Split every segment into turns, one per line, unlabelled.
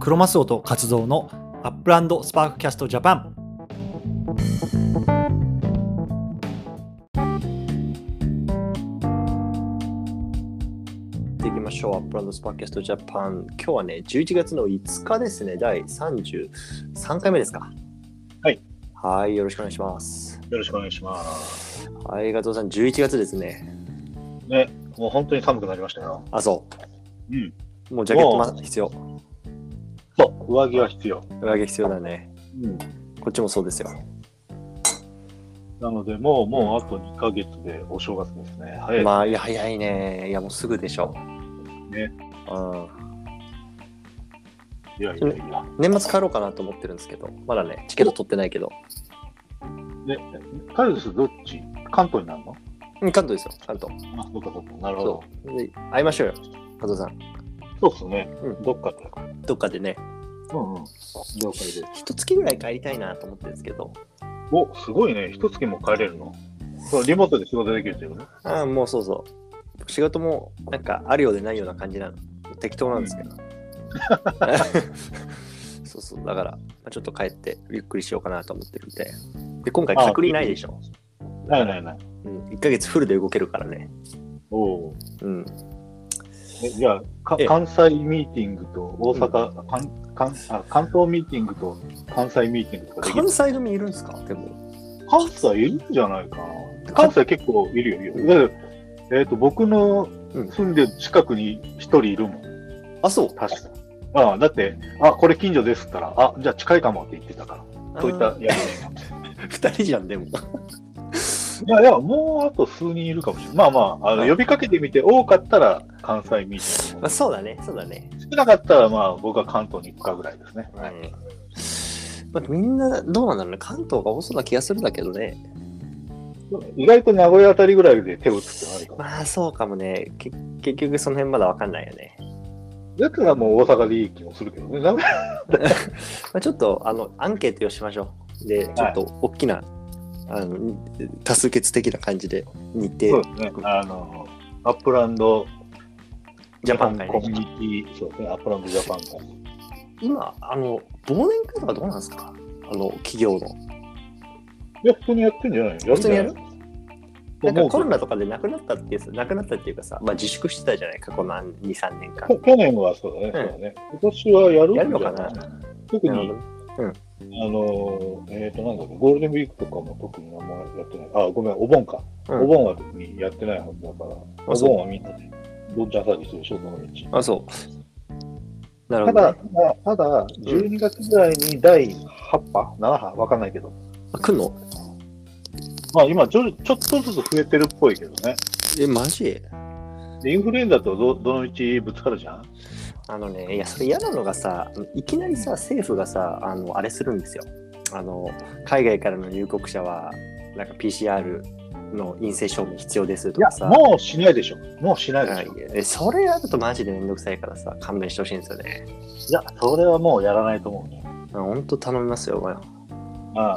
クロマスオと活動のアップランドスパークキャストジャパン行きましょうアップランドスパークキャストジャパン今日はね11月の5日ですね第33回目ですか
はい
はいよろしくお願いします
よろしくお願いします。
はいガトーさん11月ですね
ね、もう本当に寒くなりましたよ。
あそ
うん。
うもうジャケットま必要
そう、上着は必要。
上着必要だね
うん。
こっちもそうですよ
なので、もう、もうあと2ヶ月でお正月ですね。早い。
まあ、いや、早いね。いや、もうすぐでしょ。
ね。
うん。
いやいやいや。
年末帰ろうかなと思ってるんですけど、まだね、チケット取ってないけど。
で、タイルスどっち関東になるの
うん関東ですよ、関東。
あ、そうかそうか。なるほど
そ。う。で会いましょうよ、加藤さん。
そうっすね。
うん
どっかで。
どっかでね、
うんうん。了解です。
一月ぐらい帰りたいなと思ってるんですけど。
お、すごいね。一月も帰れるの。そう、リモートで仕事できるっていうね。
ああ、もうそうそう。仕事も、なんか、あるようでないような感じなの。適当なんですけど。 そうそう、だから、まあちょっと帰って、ゆっくりしようかなと思ってるんで。で、今回、
あ
隔離ないでしょ。
ないないない。
うん、1ヶ月フルで動けるからね。
おお。
うん。
えじゃあ、か
ええ
関西ミーティングと大阪、関関あ、関東ミーティングと関西ミーティングとかできる
関西組いるんですかでも。
関西いるんじゃないかな。関西結構いるよ、いるよ。だってえっ、と、僕の
うん
住んでる近くに一人いるもん、
あ、そう。
確か。ああだって、あ、これ近所ですったら、あ、じゃあ近いかもって言ってたから。そういった
あ
や
ー。二人じゃん、でも。
つ。いやいや、もうあと数人いるかもしれない。まあまあ、あ
は
の
い
呼びかけてみて、多かったら関西ミーティン
ま
グ
あ、。そうだね、そうだね。
少なかったら、まあ、僕は関東に行くかぐらいですね。
はい。まあ、みんな、どうなんだろうね。関東が多そうな気がするんだけどね。
意外と名古屋あたりぐらいで手を打つってないかも。
まあ、そうかもね。け結局、その辺まだわかんないよね。
だからもう大阪でいい気もするけどね。名古屋
まあ、ちょっと、あの、アンケートをしましょう。で、ちょっと、大きな、あの、多数決的な感じで、日
そう
程、
ですね。あの、アップランド
ジャパン
日
会
本コミ
ね。
ュニティ、そうですね、アップランドジャパン会。
今、あの、忘年会とかどうなんですかあの、企業の。
いや、普通にやってんじゃないの
普通にやるなんかコロ
ナ
ナとかでなくなったっていうさ、なくなったっていうかさ、まあ、自粛してたじゃないか、この2、3年間。
去年はそうだね、そうだね。今年はやるんじゃ
やるのかな
特
なる
に
ほ、どね
あの、えっ、と、なんだろう、ゴールデンウィークとかも特にあんまやってない。あ、ごめん、お盆か。
うん
お盆は特にやってないはずだから、
あ
お
そう
盆はみんなで、どんちゃん騒ぎするでしょ、その道。
あ、そう。なるほど、
ただ、
ね。
ただ、ただ、12月ぐらいに第8波、7波、わかんないけど、
あ来んの
まあ今ちょ、ちょっとずつ増えてるっぽいけどね。
え、マジ
でインフルエンザとどどの道ぶつかるじゃん
あのね、いや、それ嫌なのがさ、いきなりさ、政府がさ、あの、あれするんですよ。あの、海外からの入国者は、なんか PCR の陰性証明必要ですと
いや
か、さ。
もうしないでしょ。もうしないで
はい
しょ。
えそれやるとマジでめんどくさいからさ、勘弁してほしいんですよね。
いや、それはもうやらないと思うね。
あほんと頼みますよ、お前。
あ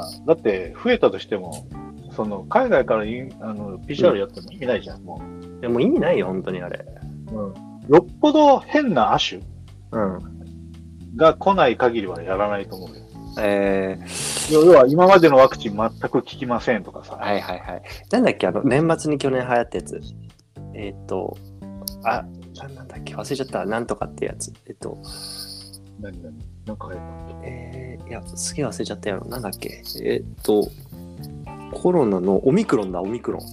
あだって、増えたとしても、その海外からインあの PCR やっても意味ないじゃん、も
いやもう意味ないよ、本当にあれ。
う、よっぽど変な亜種
うん。
が来ない限りはやらないと思うよ。
えー、
要要は、今までのワクチン全く効きませんとかさ。
はいはいはい。なんだっけ、あの、年末に去年流行ったやつ。えーっ、と、あ、ななんだっけ、忘れちゃった。なんとかってやつ。えっと、
何何なんか流行ったっ
えー、いや、すげえ忘れちゃったやろ。なんだっけ。えーっ、と、コロナのオミクロンだ、オミクロン。
け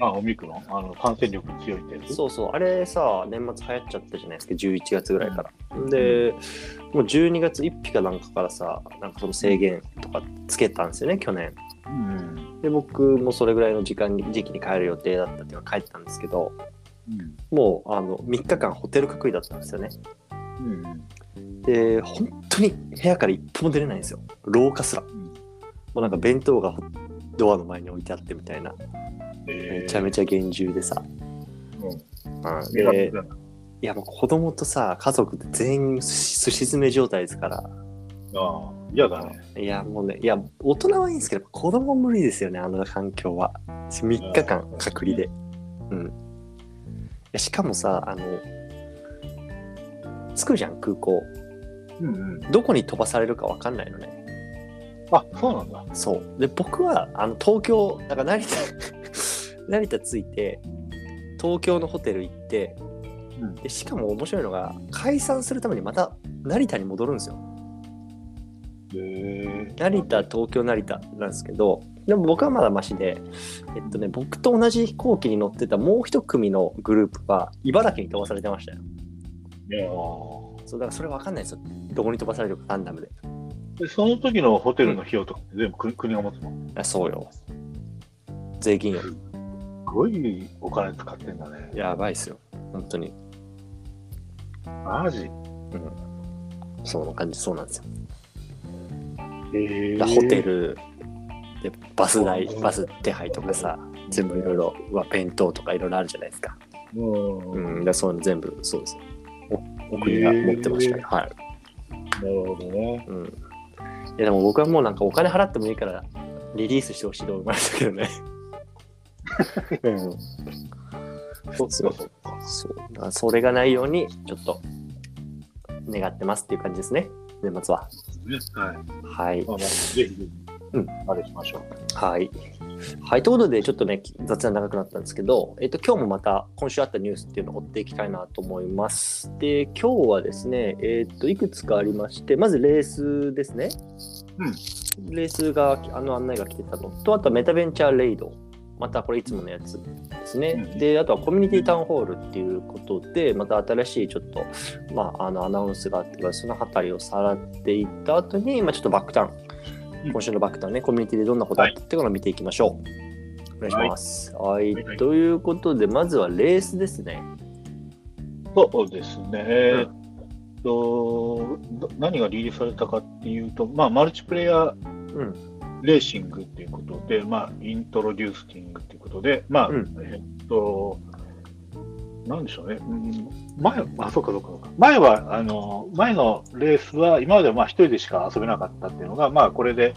あ、オミクロン。あの、感染力強いってやつ。
そうそう、あれさ、年末流行っちゃったじゃないですか、11月ぐらいから。で、もう12月1日かなんかからさ、なんかその制限とかつけたんですよね、去年。
うん。
で、僕もそれぐらいの時間に、時期に帰る予定だったっていうか、帰ったんですけど、
うん。
もうあの3日間ホテル隔離だったんですよね。
うん。
で、本当に部屋から一歩も出れないんですよ。廊下すら。も
うん
うなんか弁当がドアの前に置いてあってみたいな。め
め
ちゃめ
ち
ちゃ厳重でさ。
ゃ。うん。
うん、
目が
で
つく、な。
いやもう子供とさ、家族って全員すしすし詰め状態ですから。
ああ、嫌だね。
いやもうね、いや、大人はいいんですけど、子供無理ですよね、あの環境は。3日間隔離で。うん。いやしかもさ、あの、着くじゃん、空港。
うんうん。
どこに飛ばされるか分かんないのね
あ、そうなんだ。
そうで僕はあの東京だから成田 成田着いて東京のホテル行って、
うん
でしかも面白いのが解散するためにまた成田に戻るんですよ
へえ。
成田東京成田なんですけどでも僕はまだマシで、えっとね、僕と同じ飛行機に乗ってたもう一組のグループは茨城に飛ばされてましたよ
ねあ
そうだからそれ分かんないですよどこに飛ばされるかランダムで
ーでその時のホテルの費用とかって全部国国が持つのす
あそうよ税金より
ごいお金使ってんだね。
やばいっすよ本当に
マジ
その感じそうなんですよ
へ
だからホテ
ル。
ルでバス代
うん
バス手配とかさ全部いろいろうわ弁当とかいろいろあるじゃないですか
うん。
う
なる
んだからそういうの全部そうですよお国が持ってましたねはい
ほどね。
うんいやでも僕はもうなんかお金払ってもいいからリリースしてほしいと思いましたけどね うん
そっかそっか。
そうだからそれがないようにちょっと願ってますっていう感じですね年末は
ね、はい。
はい
まあまあ、ぜひぜひ、
うん
あれしましょう。
はい。はい、ということで、ちょっとね、雑談長くなったんですけど、えっと、今日もまた今週あったニュースっていうのを追っていきたいなと思います。で、今日はですね、えっと、いくつかありまして、まずレースですね。うん。レースが、あの案内が来てたのと、あとはメタベンチャーレイド。またこれいつものやつですね
う。ん
で、あとはコミュニティタウンホールっていうことで、また新しいちょっと、まあ、あのアナウンスがあってから、その辺りをさらっていった後に、まあ、ちょっとバックタウン
うん
今週のバックタウンね、コミュニティでどんなことあったっていうのを見ていきましょう。お願いします。はい、
はいはい
ということで、まずはレースですね。
そうですね。えーっと、ど何がリリースされたかっていうと、まあ、マルチプレイヤー
うん、
レーシングっていうことで、まあ、イントロデュースティングっていうことで、まあ、
うん
えーっと、なんでしょうね。うん、前、あ、そうかそうかそうか。前は、あの、前のレースは、今まではまあ、一人でしか遊べなかったっていうのが、まあ、これで、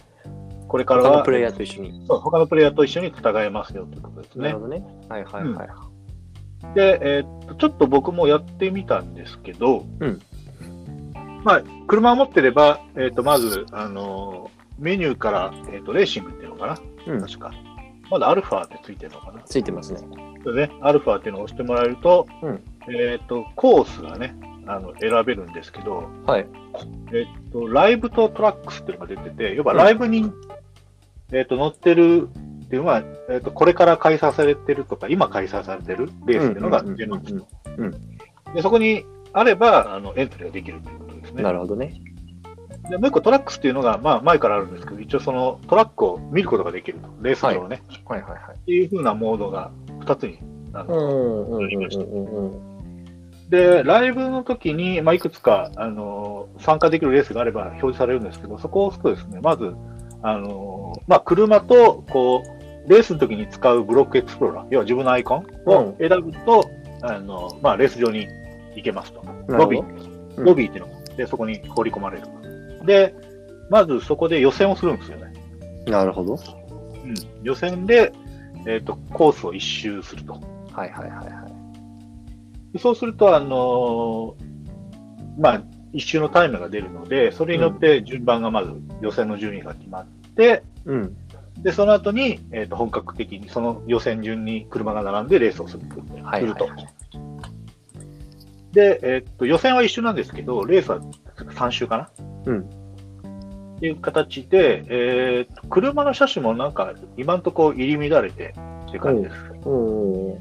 これから
他の
は
プレイヤーと一緒に。
そう他のプレイヤーと一緒に戦えますよということです
な
ね
る。ほどね。はいはいはい。
で、えーっとちょっと僕もやってみたんですけど、
うん
まあ、車を持ってれば、えーっとまず、あのーメニューから、えーっとレーシングっていうのかな、
うん
確か。まだアルファってついてるのかな。
ついてますね。
そうね、アルファっていうのを押してもらえると、
うん
えーっとコースがね、あの選べるんですけど、
はい。
えーっとライブとトラックスっていうのが出てて、要はライブに、えーっと乗ってるっていうのは、えーっとこれから開催されてるとか、今開催されてるレースっていうのが出るんですよ。
うんうん
でそこにあればあのエントリーができるということですね。
なるほどね。
でもう一個トラックスっていうのが、まあ、前からあるんですけど、一応そのトラックを見ることができると、レース場をね、
はいはいはい。
っていうふうなモードが2つにあ
う
の、
んうんうんうんうん。
で、ライブの時に、まあ、いくつか、あの参加できるレースがあれば表示されるんですけど、そこを押すとですね、まず、あのまあ、車と、こう、レースの時に使うブロックエクスプローラー、要は自分のアイコンを選ぶと、あのまあ、レース場に行けますと。
なる
ロ
ほ
ビ
ど
ー、
うん
ロビーっていうのが、で、そこに放り込まれる。で、まずそこで予選をするんですよね。
なるほど。
うん、予選で、えっ、と、コースを一周すると。
はいはいはいはい。
でそうすると、あのーまあ、一周のタイムが出るので、それによって順番がまず予選の順位が決まって、
うん。
で、その後に、えっ、と、本格的にその予選順に車が並んでレースをすると。
はい
す
はい
る
は
と
い。
で、えっ、と、予選は一緒なんですけど、レースは3周かな
うん。
っていう形で、えー車の車種もなんか、今んとこ入り乱れてっていう感じです。
うんうん。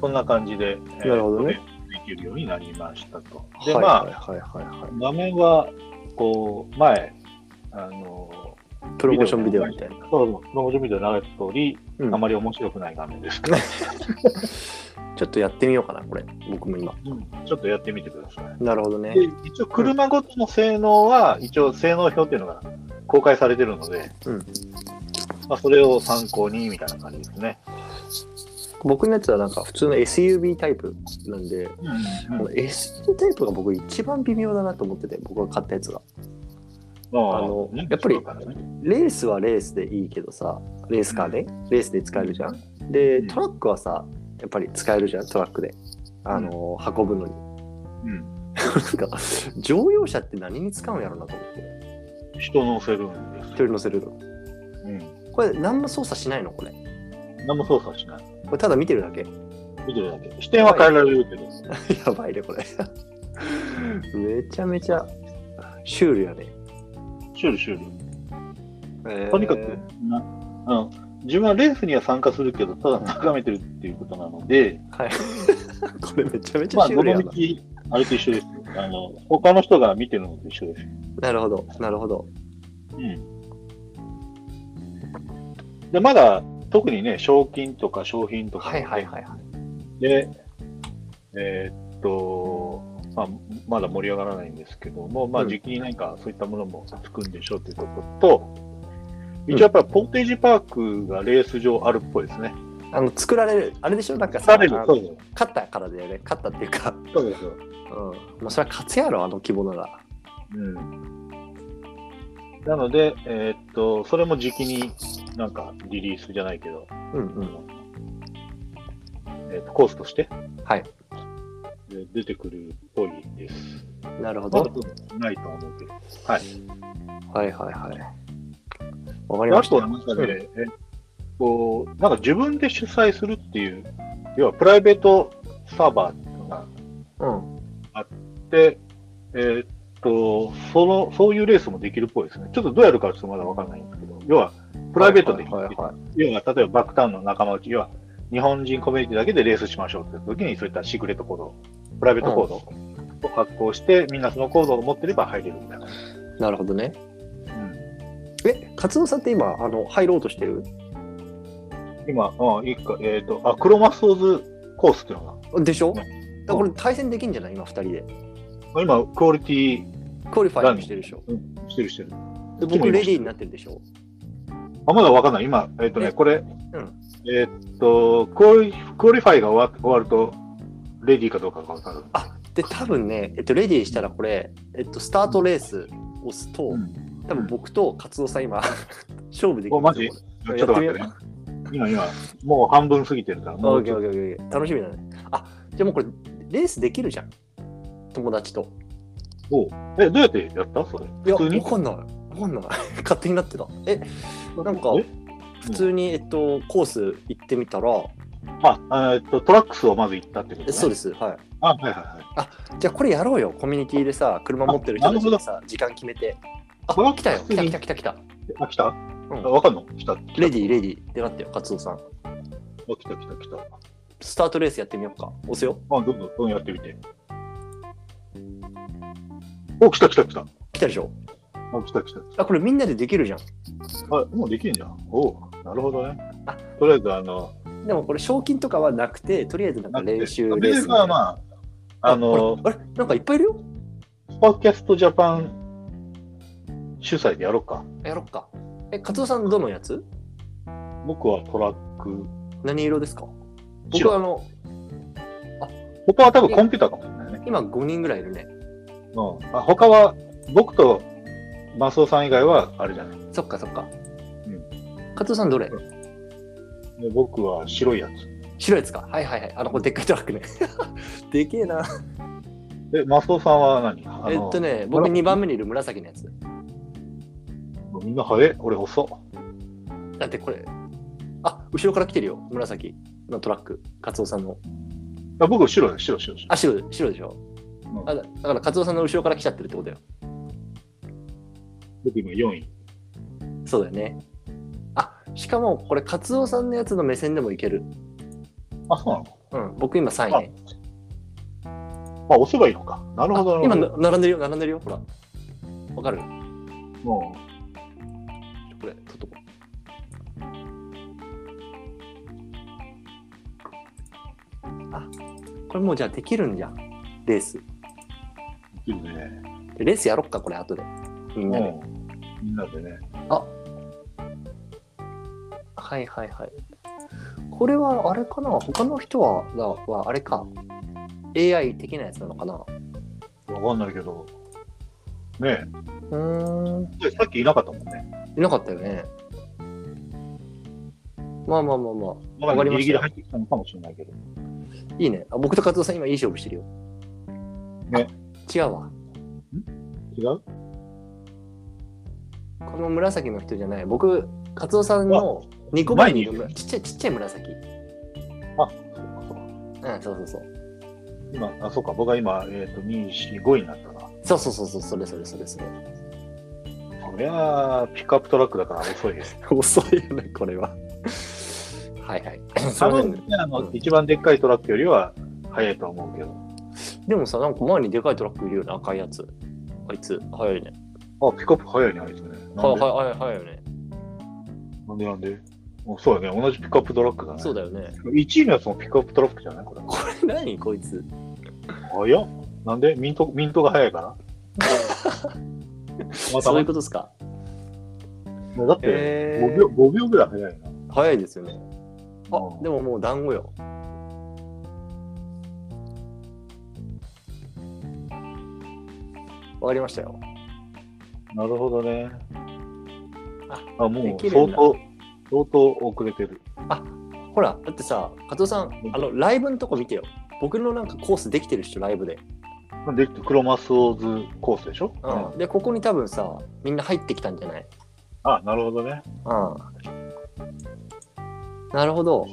そんな感じで、えー
なるほどね。
できるようになりましたと。
はい
で、
はい
まあ、
はいはいは
画面は、こう、前、あの、
い。プロモーションビデオみたいな。
そうそう、プロモーションビデオ流れた通り、
うん
あまり面白くない画面で すけど、
ちょっとやってみようかな、これ。僕も今。
うんちょっとやってみてください。
なるほどね。
で、一応、車ごとの性能は、一応、性能表っていうのが公開されてるので、
うん。
まあ、それを参考に、みたいな感じですね。
僕のやつはなんか普通の SUV タイプなんで、
うん
この SUV タイプが僕一番微妙だなと思ってて僕が買ったやつが
ま
あの
なん
や
か
っぱり
そうかね
レースはレースでいいけどさレースカーで、レースで使えるじゃんで
うん
トラックはさやっぱり使えるじゃんトラックであの、運ぶのに
うん。
なんか乗用車って何に使うんやろうなと思って
人乗せるんです
一人乗せるの
うん。
これ何も操作しないのこれ
何も操作しない。
これただ見てるだけ
見てるだけ。視点は変えられるけど。
やばいねこれ めちゃめちゃシュールやね
シュールシュール。
えー
とにかく、なうん、自分はレースには参加するけど、ただ眺めてるっていうことなので、
はいこれめちゃめち
ま
ゃ
あ、
シュー
ど
ルや
の
な、
道、あれと一緒です。あの他の人が見てるのと一緒です。
なるほどなるほど
うん、でまだ特にね、賞金とか商品とか、
はいはいはいはい
で、えーっと、まあ、まだ盛り上がらないんですけども、まあ、
うん
時期になんかそういったものもつくんでしょうということと、一応やっぱりポーテージパークがレース場あるっぽいですね。
あの作られるあれでしょなんかさ
される
あの
そうです
勝ったからだよね勝ったっていうか、
そうですよ。
うん、もうそれは勝つやろあの規模なら
うん。なので、えーっと、それも時期になんかリリースじゃないけど、
うんうん
えーっとコースとして、
はい
えー出てくるっぽいです。
なるほ
ま
ど
だないとは思うけど。はい。
はいはいはいわかり
あ
まし
と
た
はなんかね、えこう、なんか自分で主催するっていう、要はプライベートサーバーっていうのがあ
うん
って、えーっと、その、そういうレースもできるっぽいですね。ちょっとどうやるかはちょっとまだわかんないんですけど、要は、プライベートで、
はいはいはいはい
要は、例えばバックタウンの仲間内、要は、日本人コミュニティだけでレースしましょうって時に、そういったシークレットコード、プライベートコードを発行して、みんなそのコードを持ってれば入れるみたいな。
なるほどね
うん
えカツオさんって今あの入ろうとしてる
今、あいいか、えーっと、あ、クロマスオーズコースっていうのが、
でしょ
うん
だからこれ対戦できんじゃない今2人で
今、クオリティ
クオリファイングしてるでしょ
してるしてる。
で
僕も
僕
いま
レ
した
ディーになってるでしょ
あまだわかんない。今、えっ、と
え
ね、これ、
ん
えっとクオリ、クオリファイが終わ終わると、レディーかどうかがわかる。
あで多分ね、えっと、レディーしたらこれ、えっと、スタートレース押すと、
うん
多分僕とカツオさん今 勝負でき
おマジ
よ
ち
こ
ょ
れ
っと待ってね。今、今、もう半分過ぎてるか
あ
ら、も
オ
う
ッケ
ち
ーオ
ょ
ッ
っ
ケーオッケー楽しみだね。あじゃあもうこれ、レースできるじゃん。友達と。
とおうえ、どうやってやったそれ。
いや、
普
わ
通に
かんない。わかんない。 勝手になってた。え、なんか
え、
普通に、えっと、コース行ってみたら、
あ、あえっと、トラックスをまず行ったってこと、
え
ね、。
そうですす。はい。
あ、はいはいはい。
じゃあこれやろうよ。コミュニティでさ、車持ってる人たちがさ、時間決めて。あ、
トラック
来たよ。
普
来
通
た
に
来た来た来た。
あ、来たあ
ん
わ、かんの来た。
レディー、レディーってなったよ、カツオさん。
ィ。あ、来た来た来た。
スタートレースやってみようか。押せよ。
あ、どんどんどんどんやってみて。お、来た来た来た。
来たでしょ
あ、来た来た来た。
あ、これみんなでできるじゃん。
あ、もうできるじゃん。おお、なるほどね
あ。
とりあえず、あの、
でもこれ賞金とかはなくて、とりあえずなんか練習レ
レ
ー
ー
ス
ス
み
は
たいな。
まあ、あの、
あれなんかいっぱいいるよ。
スパキャストジャパン主催でやろうか。
やろっか。え、カツオさんどのやつ
僕はトラック。
何色ですか僕はあ
白。
の、
他は多分コンピューターかもしれないね。
今5人ぐらいいるね。
うん。あ他は、僕とマスオさん以外は、あれじゃない。
そっかそっか。
うん
カツオさんどれ
うんで僕は白いや
白いやつか。はいはいはい。あの、これでっかいトラッ クね。でけえな。
つ。で、マスオさんは何あの
えっとね、僕2番目にいる紫のやつ。
もうみんな早い。俺遅っ。
だってこれ、あ、後ろから来てるよ。紫のトラック。カツオさんの。
あ僕白だよ、白、白、白。
あ、白、白でしょ、
うん
あだだから、カツオさんの後ろから来ちゃってるってことよ。
僕今4位。
そうだよね。あ、しかも、これ、カツオさんのやつの目線でもいける。
あ、そうなの
うん、僕今3位ね。
あ、押せばいいのか。なるほど、な
あ
るほ
今、
ど。
な並んでるよ、並んでるよ、ほら。わかる
も
これ、取っとこう。あ、これもうじゃあできるんじゃん。レース。
う、できるね。
でレースやろっか、これ、後で。みんなで。
うんみんなでね。
はいはいはい。これはあれかな他の人は、だはあれか。AI 的なやつなのかな
わかんないけど。ね
うーん。
え、さっきいなかったもんね。
いなかったよね。まあまあまあまあ。わかりました
ギリギリ入ってきたのかもしれないけど。
いいね。あ僕とカツオさん今いい勝負してるよ。
ね。
違うわ。
違う
この紫の人じゃない。僕、カツオさんの2個前にいるむらちっちゃい、ちっちゃい紫。うん、そうそうそう。
今、あ、そうか、僕は今、えっ、と、2、4、5位になったな。
そうそうそうそう、それそれそれそれ。
そりゃあ、ピックアップトラックだから 遅いです。
遅いよね、これは。はい はい。
多分、あの、
うん
一番でっかいトラックよりは早いと思うけど。
でもさ、なんか前にでかいトラックいるよね、赤いやつ。あいつ、早いね。
あ、ピックアップ早いね、あいつね。
は
なん
い
で
はいはいはいよね。
なんでなんであそうだね、同じピックアップトラックだね。
そうだよね。
1位のやつもピックアップトラックじゃないこれ。
これ何こいつ。
あ、いや、なんでミント、ミントが早 いからまた
そうい
ま
うことですか。
ただって5
え
秒、5秒ぐらい早いな。
早いですよね。あ
うん
でももう団子よ。終わりましたよ。
なるほどね。
あ
あ、
で
も
き
う
る
相
んだ
当、相当遅れてる。
ほら、だってさ、加藤さん、あのライブのとこ見てよ。僕のなんかコースできてる人ライブで。
で、クロマスオーズコースでしょ、
うん、で、ここに多分さ、みんな入ってきたんじゃない
あ、なるほどね。
うん。なるほど。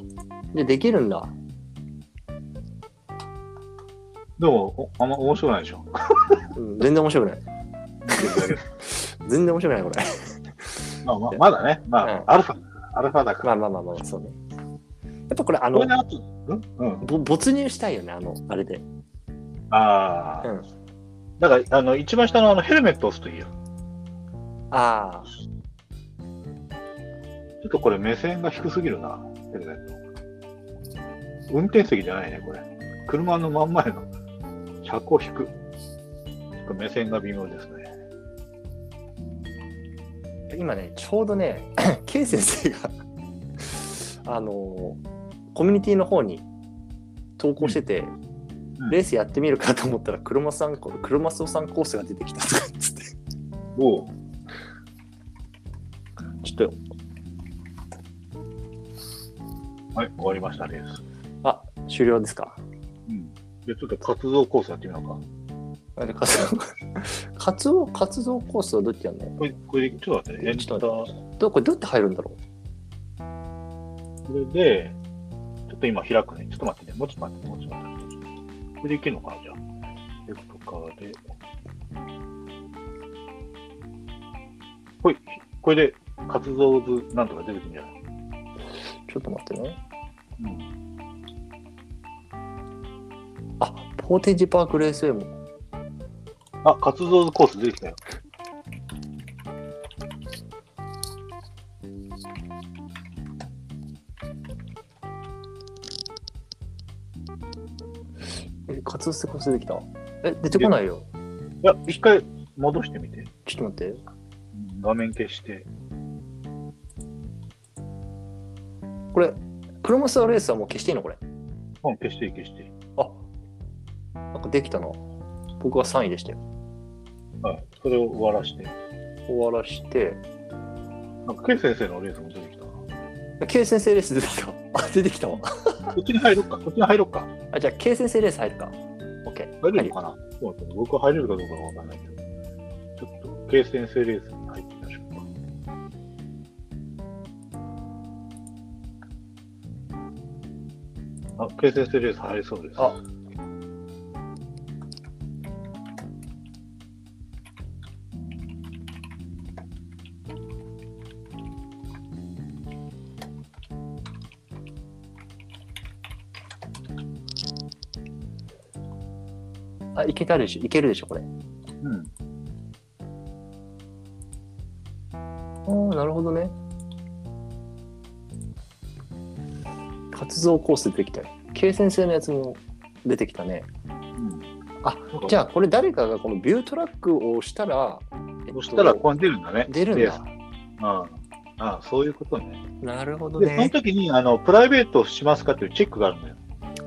で、できるんだ。
でも、おあんま面白くないで しょ
うん、全然面白くない。全然面白くない、これ。
まあまあ、まだね。まあ、アルファ、アルファだか ら。
まあまあまあまあ、そうね。やっぱこれ、あ
こ
の
れ、であと、うんうん。
ぼ没入したいよね、あの、あれで。
ああ。
うん
だから、あの、一番下のあのヘルメットを押すといいよ。
ああ、
ちょっとこれ目線が低すぎるな、ヘルメット。運転席じゃないね、これ。車の真ん前の車高低。ちょっと目線が微妙ですね。
今ね、ちょうどね、K 先生が、 あのーコミュニティの方に投稿してて、
うん
レースやってみるかと思ったら、車さん、車荘さんコースが出てきたとかっつって、
おう
ちょっと、
はい、終わりました、レース。
あ、終了ですか。
うん。で、ちょっと活動コースやってみようか。
あれ、カツオ、カツオ、活動コースはどうやってやるの
これ、これ、ちょっと待ってね、エン
ちょ
タ
っ
ー、
とどこ
こ
れどうやって入るんだろ
れで、ちょっと今開くね。ちょっと待ってね、もうちょっと待って、もうちょっと待って。これでいけるのかな、じゃあ。レクトカーで。ほい、これで活動図なんとか出てくるんじゃないう
ちょっと待ってね。
うん
あ、ポーテージパークレースウェイも
あ、活動コース出てきたよ。
え、カツオスコースできたえ、出てこないよ。
いや、一回戻してみて。
ちょっと待って。
画面消して。
これ、クロマスワレースはもう消していいのこれ。
うん、消していい消していい。
あ、なんかできたな。僕は3位でしたよ。
はい。それを終わらして。
終わらして、
なんか、ケイ先生のレースも出てきたな。
K 先生レース出てきた。あ、出てきたわ。
こっちに入ろっか。こっちに入ろっか。
あ、じゃあ K 先生レース入るか。OK。
入れるのかな、そうだね僕は入れるかどうかはわかんないけど。ちょっと、ケイ先生レースに入ってみましょうか。あ、ケイ先生レース入りそうです。
ああ、いけたでしょ。いけるでしょ、これ。
うん。
おーなるほどね。活動コース出てきたよ。K 先生のやつも出てきたね。あ、じ
ゃ
ゃあこれ誰かがこのビュートラックを押したら、えっと
そしたら、ここに出るんだね。
出るん
レース
だ。
ああああそういうことね。
なるほど
で、その
ね。
時にあのプライベートをしますかっていうチェックがあるのよ。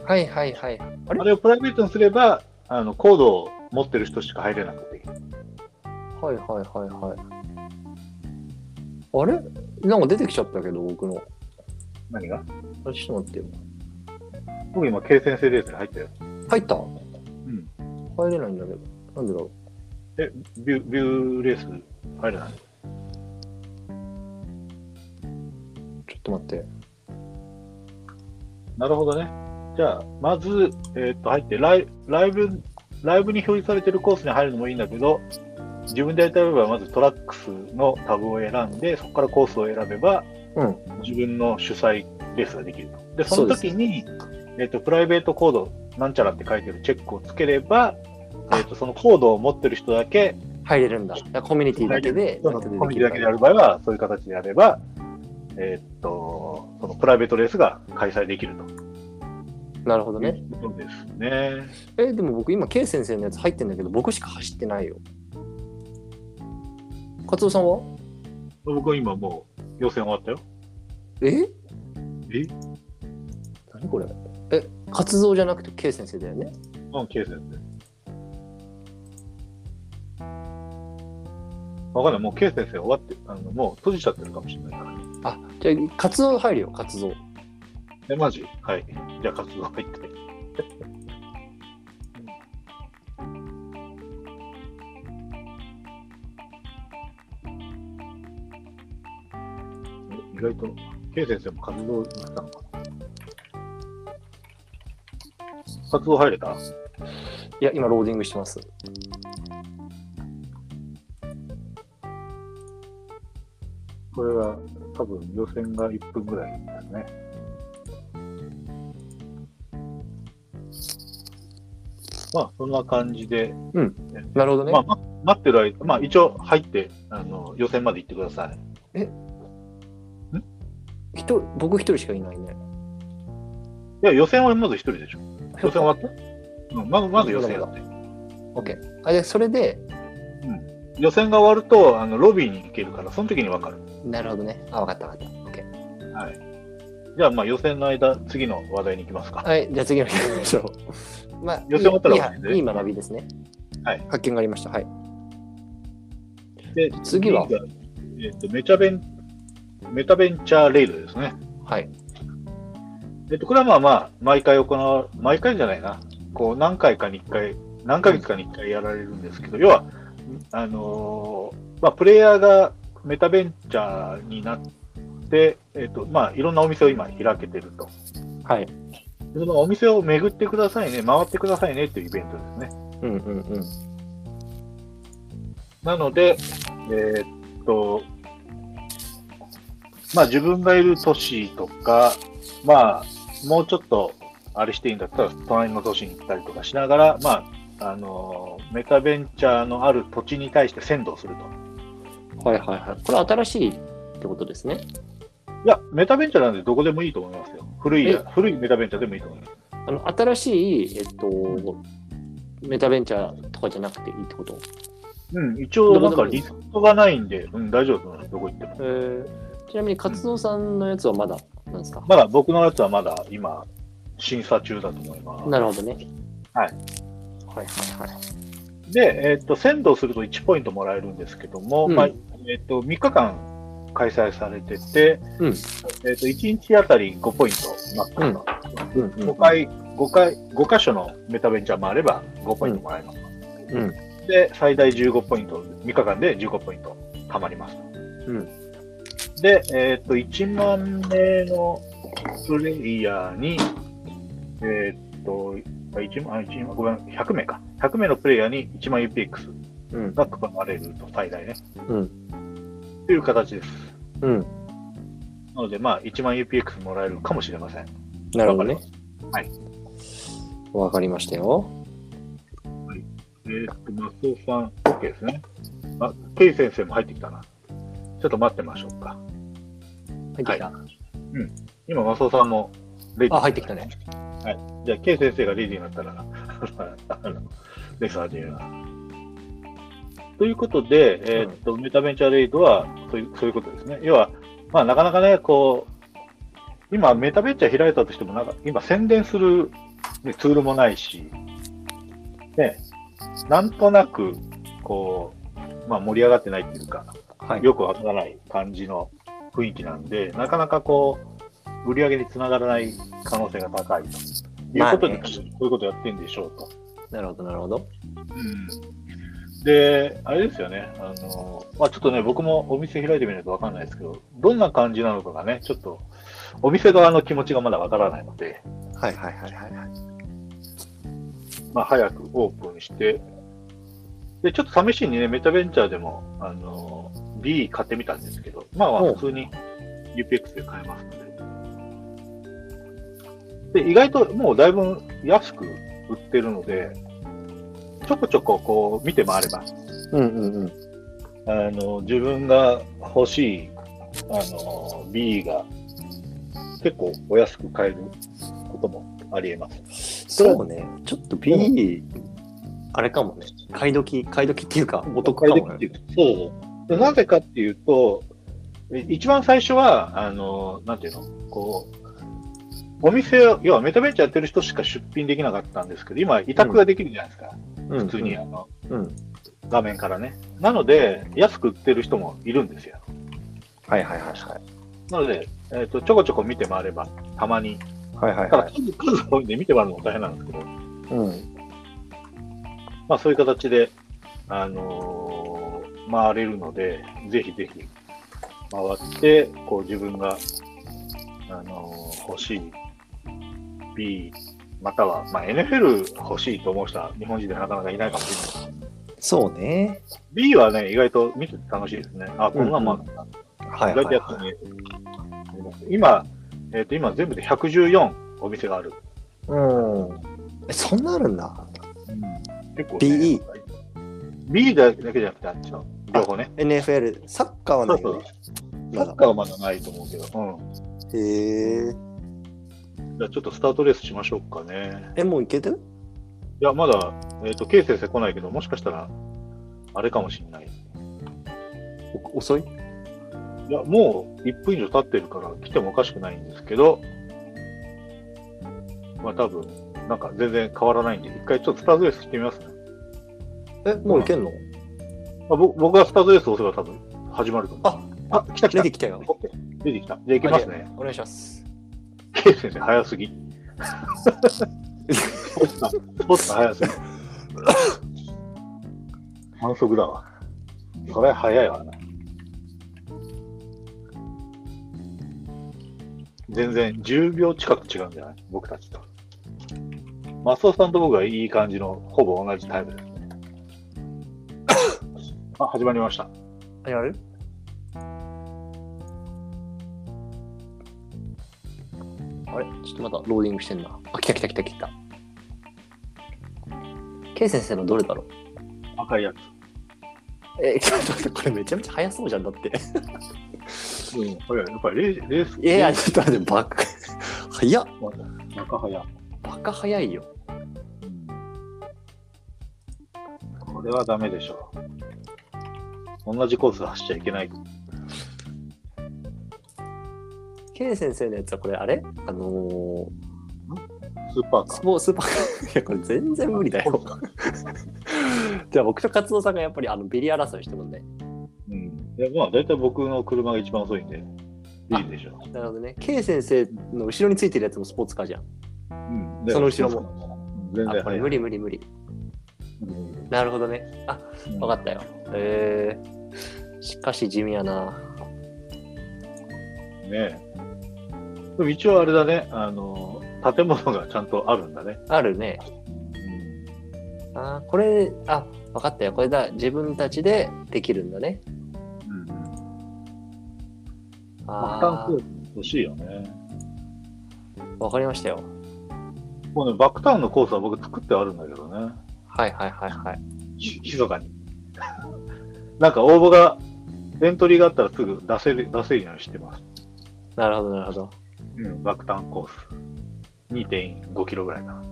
はいはいはい。あれ
あれをプライベートにすれば、あのコードを持ってる人しか入れなくていい。
はいはいはいはい。あれなんか出てきちゃったけど、僕の。
何が
あちょっと待ってよ。
僕今、K 先生レースに入ったよ。
入った
うん。
入れないんだけど。なんだろ
ビュービューレース入れな
う、
い。
ちょっと待って。
なるほどね。じゃあ、まず、えーっと、入って、ライライブ、ライブに表示されてるコースに入るのもいいんだけど、自分でやりたい場合は、まずトラックスのタブを選んで、そこからコースを選べば、
うん
自分の主催レースができると。で、そ
そうで
の
す
時に、えーっと、プライベートコード、なんちゃらって書いてるチェックをつければ、えーっと、そのコードを持ってる人だけ、
入れるんだ。だからコミュニティだけで、
その
なんてで
コミュニ
きる
ティだ
か
けでやる場合は、そういう形でやれば、えーっと、そのプライベートレースが開催できると。
なるほどね。
そうですね。
えでも僕今 K 先生のやつ入ってんだけど僕しか走ってないよカツオさんは
僕は今もう予選終わったよ。
え
え
何これえ活動じゃなくて K 先生だよね
うん、K 先生。わかんない。もう K 先生終わって、あのもう閉じちゃってるかもしれないから。
あじゃあ活動入るよ活動
え、マジはい。じゃあ活動入って。え意外と、K 先生も活動したのかな活動入れた
いや今ローディングしてます
これは多分予選が1分ぐらいですね。まあそんな感じで、
なるほどね、
まあ、ま待ってる間、まあ一応入ってあの予選まで行ってください。
一人僕一人しかいないね
いや予選はまず1人でしょ。予選終わったうん、まずまず予選やって。
あでそれで
予選が終わるとあのロビーに行けるから、その時に分かる。
なるほどねあ分かった分かった OK
はい、じゃあまあ予選の間、次の話題に行きますか。
はいじゃあ次の人行きましょうまあ
予選終わったら終わり
い
で
いいい学びですね
はい
発見がありましたはい
で
次は
がえっとメチャベンメタベンチャーレイドですね。
はい
えっと、これはまあまあ、毎回行う、毎回じゃないな、こう何回かに1回、何ヶ月かに1回やられるんですけど、要は、あのーまあ、プレイヤーがメタベンチャーになって、えっと、まあ、いろんなお店を今開けてると。
はい
でそのお店を巡ってくださいね、回ってくださいねというイベントですね。
うんうんうん
なので、えーっと、まあ自分がいる都市とか、まあもうちょっとあれしていいんだったら隣の都市に行ったりとかしながら、まあ、あの、メタベンチャーのある土地に対して先導すると。
はいはいはい。これ新しいってことですね。
いや、メタベンチャーなんでどこでもいいと思いますよ。古い
え、
古いメタベンチャーでもいいと思います。
あの新しい、えっと、メタベンチャーとかじゃなくていいってこと
うん、一応なんかリストがないんで、うん、大丈夫だと思います。どこ行っても。
えー、ちなみに、勝蔵さんのやつはまだなんですか、
まだ僕のやつはまだ今、審査中だと思います。
なるほどね。
はい
はいはいはい。
で、えっと先導すると1ポイントもらえるんですけども、
うん
まあえっと3日間開催されてて、
うん
えっと1日あたり5ポイントマックスの、
うんうん、
5回5回5箇所のメタベンチャーもあれば5ポイントもらえます、
うん
で最大15ポイント3日間で15ポイント貯まります、
うん
で、えっと1万名のプレイヤーにえっとあ1万あ1万ごめん100名か100名のプレイヤーに1万 UPX
うん
が配られると最大ね。
うん
という形です。
うん。
なので、まあ、1万 UPX もらえるかもしれません。
なるほどね
わか。り
わかりましたよ。
えーっと、マスオさん、OK ですね。あ、ケイ先生も入ってきたな。ちょっと待ってましょうか。
入ってきた。
今、マスオさんもレ
あ、入ってきたね。。
じゃあ、ケイ先生がレディーになったら、 あのレース始めます。ということで、えーっと、メタベンチャーレイドはそういう、そういうことですね。要は、まあ、なかなかね、こう、今、メタベンチャー開いたとしても、なんか、今、宣伝する、ね、ツールもないし、ね、なんとなく、こう、まあ、盛り上がってないっていうか、
はい。
よくわからない感じの雰囲気なんで、なかなかこう、売り上げにつながらない可能性が高いということで、
まあね
こういうことやってんでしょうと。
なるほど、なるほど。
で、あれですよね、あのまあ、ちょっとね、僕もお店開いてみないと分かんないですけど、どんな感じなのかがね、ちょっと、お店側の気持ちがまだ分からないので、
はいはいはいはいはい。
まあ、早くオープンして、で、ちょっと試しにね、メタベンチャーでも、あの B 買ってみたんですけど、まあま
お
あ、
う
普通に UPX で買えますので。で、意外ともうだいぶ安く売ってるので、ちょこちょここう見て回れば、
うんうんうん。
あの自分が欲しいあの B が結構お安く買えることもありえます。
そうね、ちょっと B、あれかもね、買い時、買い時っていうか、お得かもね。
そうでなぜかっていうと、え一番最初は、あのなんていうの、こう、お店を、要はメタベンチャーやってる人しか出品できなかったんですけど、今、委託ができるじゃないですか、
普
普通にあの
うん。
画面からね。なので、安く売ってる人もいるんですよ。
はいはいはいはい。
なので、えーとちょこちょこ見て回れば、たまに
はいはい
た
は
だ
い。
数数多いんで見てもらうのも大変なんですけど、
うん。
まあ、そういう形で、あのー回れるので、ぜひぜひ回って、こう自分が、あのー欲しい B、または、まあ、NFL 欲しいと思う人は日本人でなかなかいないかもしれないですけど
そうね。
B はね、意外と見てて楽しいですね。あ、こんなんもあったな
はい
意
は
外
い
とやっ
は
てね今、えっ、と、今全部で114お店がある。
い。うん。え、そんなあるんだ。
結構、
BE
B だけじゃなくてあっちの両方ね。
NFL、サッカーは
そ
な
う
い
そ
よ
う
ね。。
サッカーはまだないと思うけど。うん。
へえ。
じゃあちょっとスタートレースしましょうかね。
え、もういけてる
いや、まだ、えっ、と、K 先生来ないけど、もしかしたら、あれかもしれない。
お遅い
いや、もう1分以上経ってるから来てもおかしくないんですけど、まあ多分、なんか全然変わらないんで、一回ちょっとスタートレースしてみますね。
え、もういけんの
まあ、ぼ僕がスタートレースを押せば多分始まると思う。あ、あ来た来
出
た。
てきたよ。
オッケー出てきた。じゃあ行きますね。
お願いします。
K 先生早すぎ。スポッタ、スポッタ早すぎ。反則だわ。それは早いわな。全然10秒近く違うんじゃない僕たちと。マスオさんと僕はいい感じの、ほぼ同じタイムですね。あ、始まりました。
あやるあれちょっとまだローディングしてんな。あ、来た来た来た来た。K 先生のどれだろう
赤いや
え、ちょっと待って、これめちゃめちゃ速そうじゃんだって。
つ。うん、早い。やっぱりレーレース。
いやいや、ちょっと待って、バカ。速っ。
赤早い。
バカ速いよ。
これはダメでしょう。同じコース走っちゃいけない。
K 先生のやつはこれ、あれあの
スーパー
ー、
カ
ス
ー。
ポーツパー いや、これ全然無理だよ。 じゃあ僕と勝野さんがやっぱりあのビリ争いしてもんね。
うん。いや、まあ、大体僕の車が一番遅いんで、いいでしょ
なるほどね。K 先生の後ろについてるやつもスポーツカーじゃん。
う。うん。で
その後ろ
も。全
あ、
然
こ
早
れ
い。
無理無理無理。
うん
なるほどね。あ、わかったよ。えー、しかし地味やな。
ねえでも一応あれだね、あの、建物がちゃんとあるんだね。
あるね。あーこれ、あ、わかったよ。これだ。自分たちでできるんだね。
うん。うん。バッ
あ
タンコース欲しいよね。
あ、わかりましたよ。
もうね、バックタウンのコースは僕作ってあるんだけどね。
はいはいはいはい。
ひ密かに。なんか応募が、エントリーがあったらすぐ出せる、出せるようにしてます。
なるほどなるほど。
うん、爆弾コース。2.5キロぐらいかな。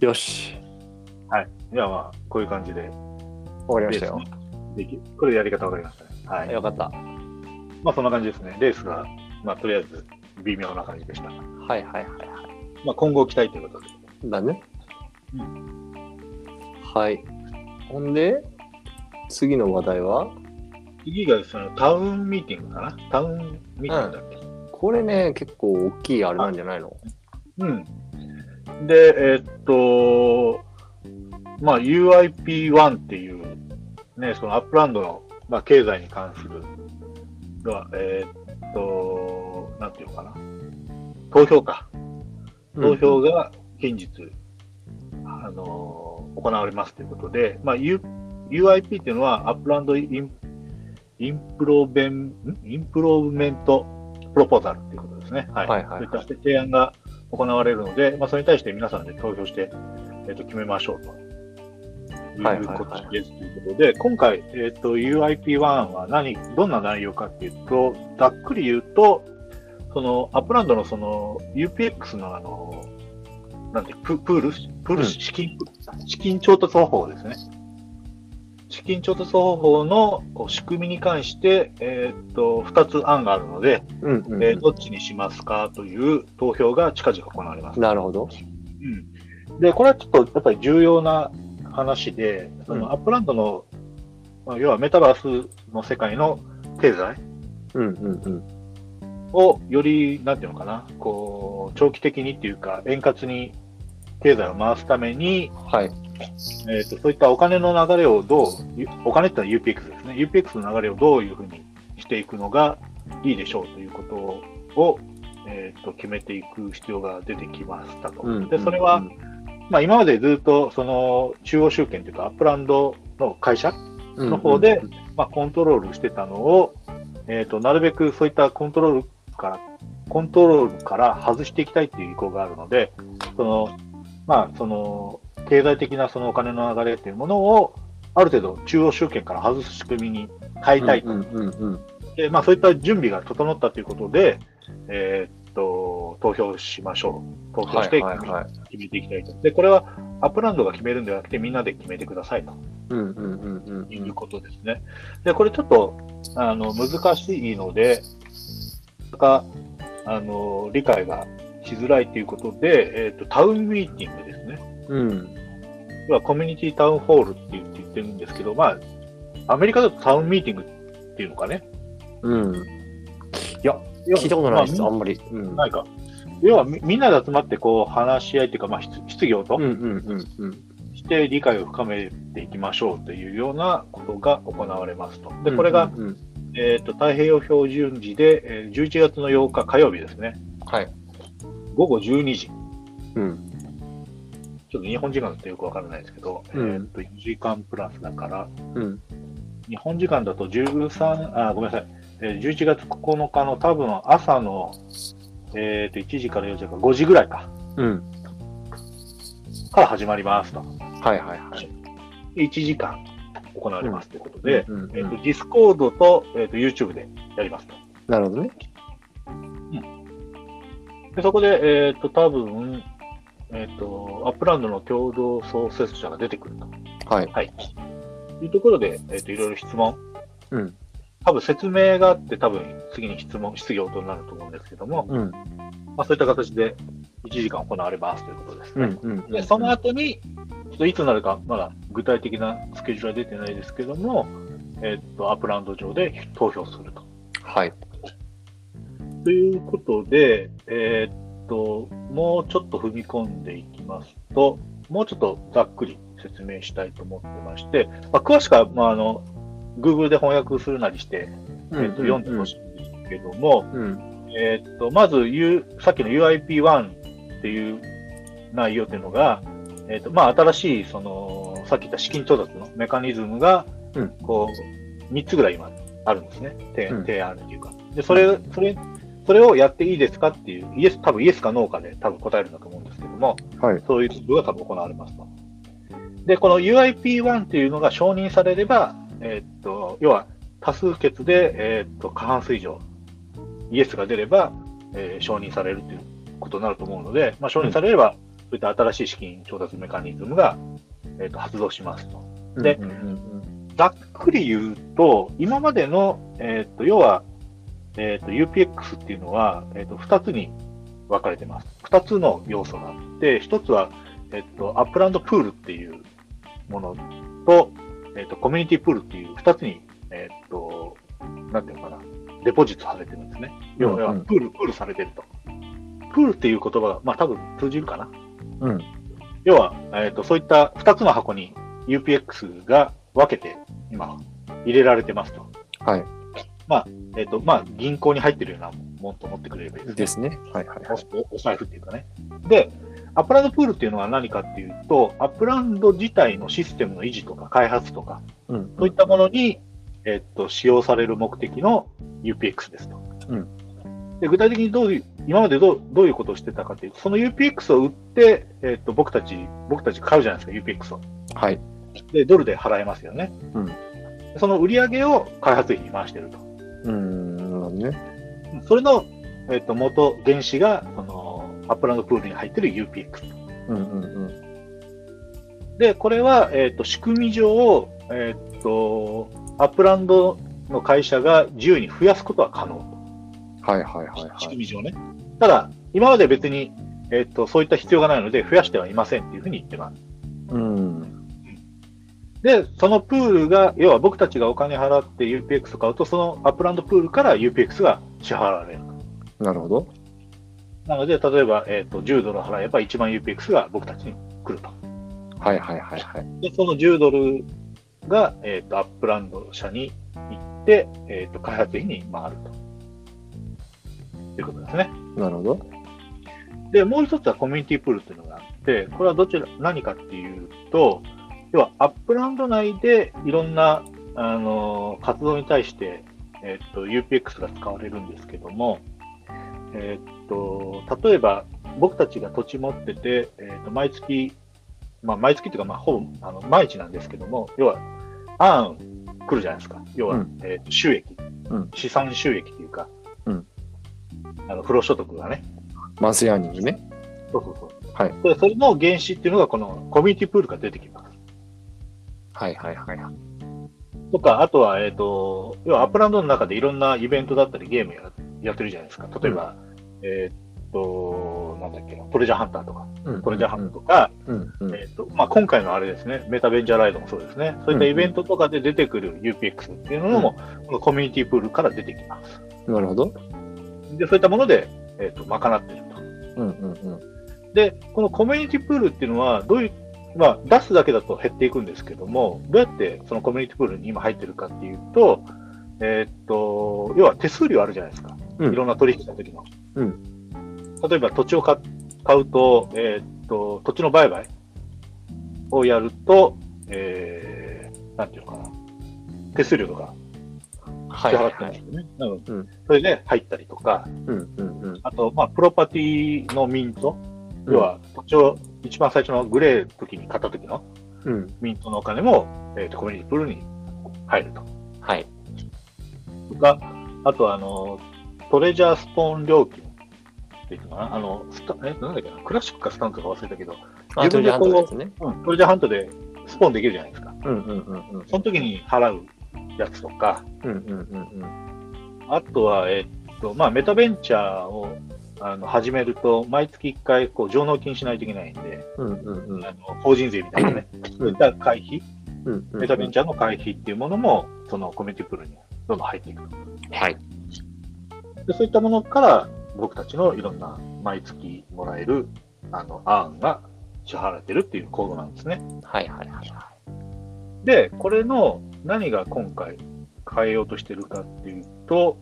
よし。
はい。じゃあまあ、こういう感じで。
わかりま
レー
し
ス
たよ。
できこれでやり方わかりましたね。はい。
よかった。
まあそんな感じですね。レースが、まあとりあえず微妙な感じでした。ま
はいはいはいは
あ今後期待ということで。
い。だね。
う
はい。ほんで、次の話題は
次がそのタウンミーティングかなタウンミーティングだっけ、
これね、結構大きいあれなんじゃないの
うん。で、えーっと、まあ、UIP1 っていう、ね、そのアップランドの、まあ、経済に関する、まあえーっと、なんていうのかな、投票か。投票が近日、あのー行われますということで、まあ、U、UIP っていうのは、アップランドインインプロベン、んインプローブメントプロポーザルっていうことですね。はい。
はいはいはい
そういった提案が行われるので、まあ、それに対して皆さんで投票して、えっと決めましょうと。
はいはいはい
いうことですということで、今回、えっと UIP1 は何、どんな内容かっていうと、ざっくり言うと、そのアップランドのその UPX のあの、なんてププール、プー
う
ル
ん
資金、資金調達方法ですね。資金調達方法のこう仕組みに関して、えーっと、2つ案があるので、
うんうんうん
えーどっちにしますかという投票が近々行われます。
なるほど。
うんで、これはちょっとやっぱり重要な話で、そ
うん
のアップランドの、まあ要はメタバースの世界の経済
うんうんうん。
をより、なんていうのかな、こう、長期的にっていうか、円滑に経済を回すために、
はい。
えー、とそういったお金の流れをどう、ゆお金ってのは UPX ですね、UPX の流れをどういうふうにしていくのがいいでしょうということを、えー、と決めていく必要が出てきましたと。
うん
でそれは、、まあ、今までずっとその中央集権というか、アップランドの会社、の方でまあ、コントロールしてたのを、えーと、なるべくそういったコントロールから、コントロールから外していきたいっていう意向があるので、その、まあ、その、経済的なそのお金の流れっていうものを、ある程度中央集権から外す仕組みに変えたいと。
うんうんうん
で、まあ、そういった準備が整ったということで、えーっと、投票しましょう。投
うん。
票
は
して
いはいはい。
決めていきたいと。で、これはアップランドが決めるんではなくて、みんなで決めてくださいと。
うんうんうんうん
いうことですね。で、これちょっとあの難しいので、なかなかあの理解がしづらいということで、えっとタウンミーティングですね。
うん。うん。
要はコミュニティタウンホールって言って言ってるんですけど、まあ、アメリカだとタウンミーティングっていうのかね。
うん。聞いたことないです、
ま
あ
あ
んまり。うん。
ないか。要はみみんなで集まってこう話し合いというか、まあ、質質疑応答
うんうんうんうん。
して理解を深めていきましょうというようなことが行われますと。で、これが、
うんうんうん、
えー、と太平洋標準時で、えー11月の8日火曜日ですね、
はい。
午後12時、ち
うん。
ょっと日本時間だとよくわからないですけど、
うん
えー、と4時間プラスだから、
うん。
日本時間だと13、あごめんなさい、えー11月9日の多分朝の、えー、と1時から4時から5時ぐらいか、
うん。
から始まりますと、
はいはいはい。
で1時間行われますということで、
うんうん
えー、と Discord と,、えー、と YouTube でやりますと。
なるほどね。
でそこで、えー、と多分、えー、とアップランドの共同創設者が出てくると
はい。
いうところで、えー、といろいろ質問、
うん。
多分説明があって、多分次に質問、質疑応答になると思うんですけども、
うん。
まあ、そういった形で1時間行われますということです
う
ね。
ん。うん。
でその後に、ちょっといつになるか、まだ具体的なスケジュールは出てないですけども、えー、とアップランド上で投票すると。
はい。
ということで、えーっと、もうちょっと踏み込んでいきますと、もうちょっとざっくり説明したいと思ってまして、まあ、詳しくは、まあ、あの、Google で翻訳するなりして、えーっと読んでほしいんですけども、
うん。
えーっと、まず、U、さっきの UIP1 っていう内容っていうのが、えーっと、まあ、新しい、その、さっき言った資金調達のメカニズムが
うん、
こう、3つぐらい今あるんですね。提
うん
提案というか。で、それ、それ、それをやっていいですかっていう、イエス、多分イエスかノーかで多分答えるんだと思うんですけども、
はい。
そういうことが多分行われますと。で、この UIP1 というのが承認されれば、えーっと、要は多数決で、えーっと、過半数以上、イエスが出れば、えー承認されるということになると思うので、まあ、承認されれば、そういった新しい資金調達メカニズムが、えーっと、発動しますと。で
うんうん
ざっくり言うと、今までの、えー、と要は、えー、と UPX っていうのは、えー、と2つに分かれてます。2つの要素があって、1つは、えー、とアップランドプールっていうものと、えー、とコミュニティプールっていう2つに、えー、となんていうのかな、デポジットされてるんですね。要は要
う
は
んうん
プール、プールされてると。プールっていう言葉が、まあ多分通じるかな。
うん。
要は、えーと、そういった2つの箱に UPX が分けて今入れられてますと。
はい。
えっ、と、まあ、銀行に入ってるようなもんと思ってくれればいいですね。
すね。はいはい。
おお財布っていうかね。で、アップランドプールっていうのは何かっていうと、アップランド自体のシステムの維持とか開発とか、
うん。
そういったものに、えっと、使用される目的の UPX ですと。
う
で具体的にどういう、今までどうどういうことをしてたかというと、その UPX を売って、えっと、僕たち、僕たち買うじゃないですか、UPX を。
はい。
で、ドルで払えますよね。
うん
その売り上げを開発費に回してると。
うん。なるほどね。
それの、えっと、元、原資が、その、アップランドプールに入ってる UPX。
うんうんうん。
で、これは、えっと仕組み上、えっとアップランドの会社が自由に増やすことは可能、
はいはいはい
仕
はい。
組み上ね。ただ、今まで別に、えっとそういった必要がないので、増やしてはいませんっていうふうに言ってます。
うん。
で、そのプールが、要は僕たちがお金払って UPX を買うと、そのアップランドプールから UPX が支払われる。
なるほど。
なので、例えば、えっと10ドル払えば1万 UPX が僕たちに来ると。
はいはいはいはい。
で、その10ドルが、えっ、と、アップランド社に行って、えっ、と、開発費に回ると。ということですね。
なるほど。
で、もう一つはコミュニティプールというのがあって、これはどちら、何かっていうと、要はアップランド内でいろんな、あのー活動に対して、えっ、と、UPX が使われるんですけども、えっ、と、例えば、僕たちが土地持ってて、えっ、と、毎月、まあ、毎月というか、まあ、ほぼ、あの、毎日なんですけども、要は、アーン来るじゃないですか。要は、
うん
えっ、と、収益、
うん
資産収益というか、
うん
あの、不労所得がね、
マンスリーアーニングね。
そうそうそう。
はい
で、それの原資っていうのが、このコミュニティプールが出てきます。
はいはいはいはい。
とか、あとは、えっ、と、要はアップランドの中でいろんなイベントだったりゲームややってるじゃないですか。例えば、えっ、と、なんだっけな、トレジャーハンターとか、
うん
トレジャーハンターとか、
うんうん。
えっ、と、まあ、今回のあれですね、メタベンジャーライドもそうですね。そういったイベントとかで出てくる UPX っていうのも、このコミュニティプールから出てきます。
なるほど。
で、そういったもので、えっ、と、賄っていると。
うんうんうん。
で、このコミュニティプールっていうのは、どういう、まあ、出すだけだと減っていくんですけども、どうやってそのコミュニティプールに今入ってるかっていうと、えーっと、要は手数料あるじゃないですか。
うん
いろんな取引した時の。
う
例えば土地を買買うと、えーっと、土地の売買をやると、えー、なんていうのかな。手数料とか
は
支払ってるんですよね。な
う
の
ん
でそれで入ったりとか、
うんうんうん。
あと、まあ、プロパティのミント、要は、土地を一番最初のグレーの時に買った時の
うん。
ミントのお金も、えーとコミュニティプールに入ると。
はい。
とか、あとはあの、トレジャースポーン料金っていうのかな、あの、スタえなんだっけな、クラシックかスタンクか忘れたけど、
あ、ト
自
レジャーハン
分でこう
ドですね。
トレジャーハントでスポーンできるじゃないですか。
うんうんうんうん。
その時に払うやつとか、
うんうんうんうん。
あとは、えっと、まあ、メタベンチャーをあの始めると、毎月1回、こう、上納金しないといけないんで、
うんうんうん。
あの法人税みたいなね、そういった会費、
うんうん。
メタベンチャーの会費っていうものも、そのコミュニティプールにどんどん入っていくと。
はい。
でそういったものから、僕たちのいろんな毎月もらえるあの案が支払われてるっていう構造なんですね。
はいはいはいは
で、これの何が今回変えようとしてるかっていうと、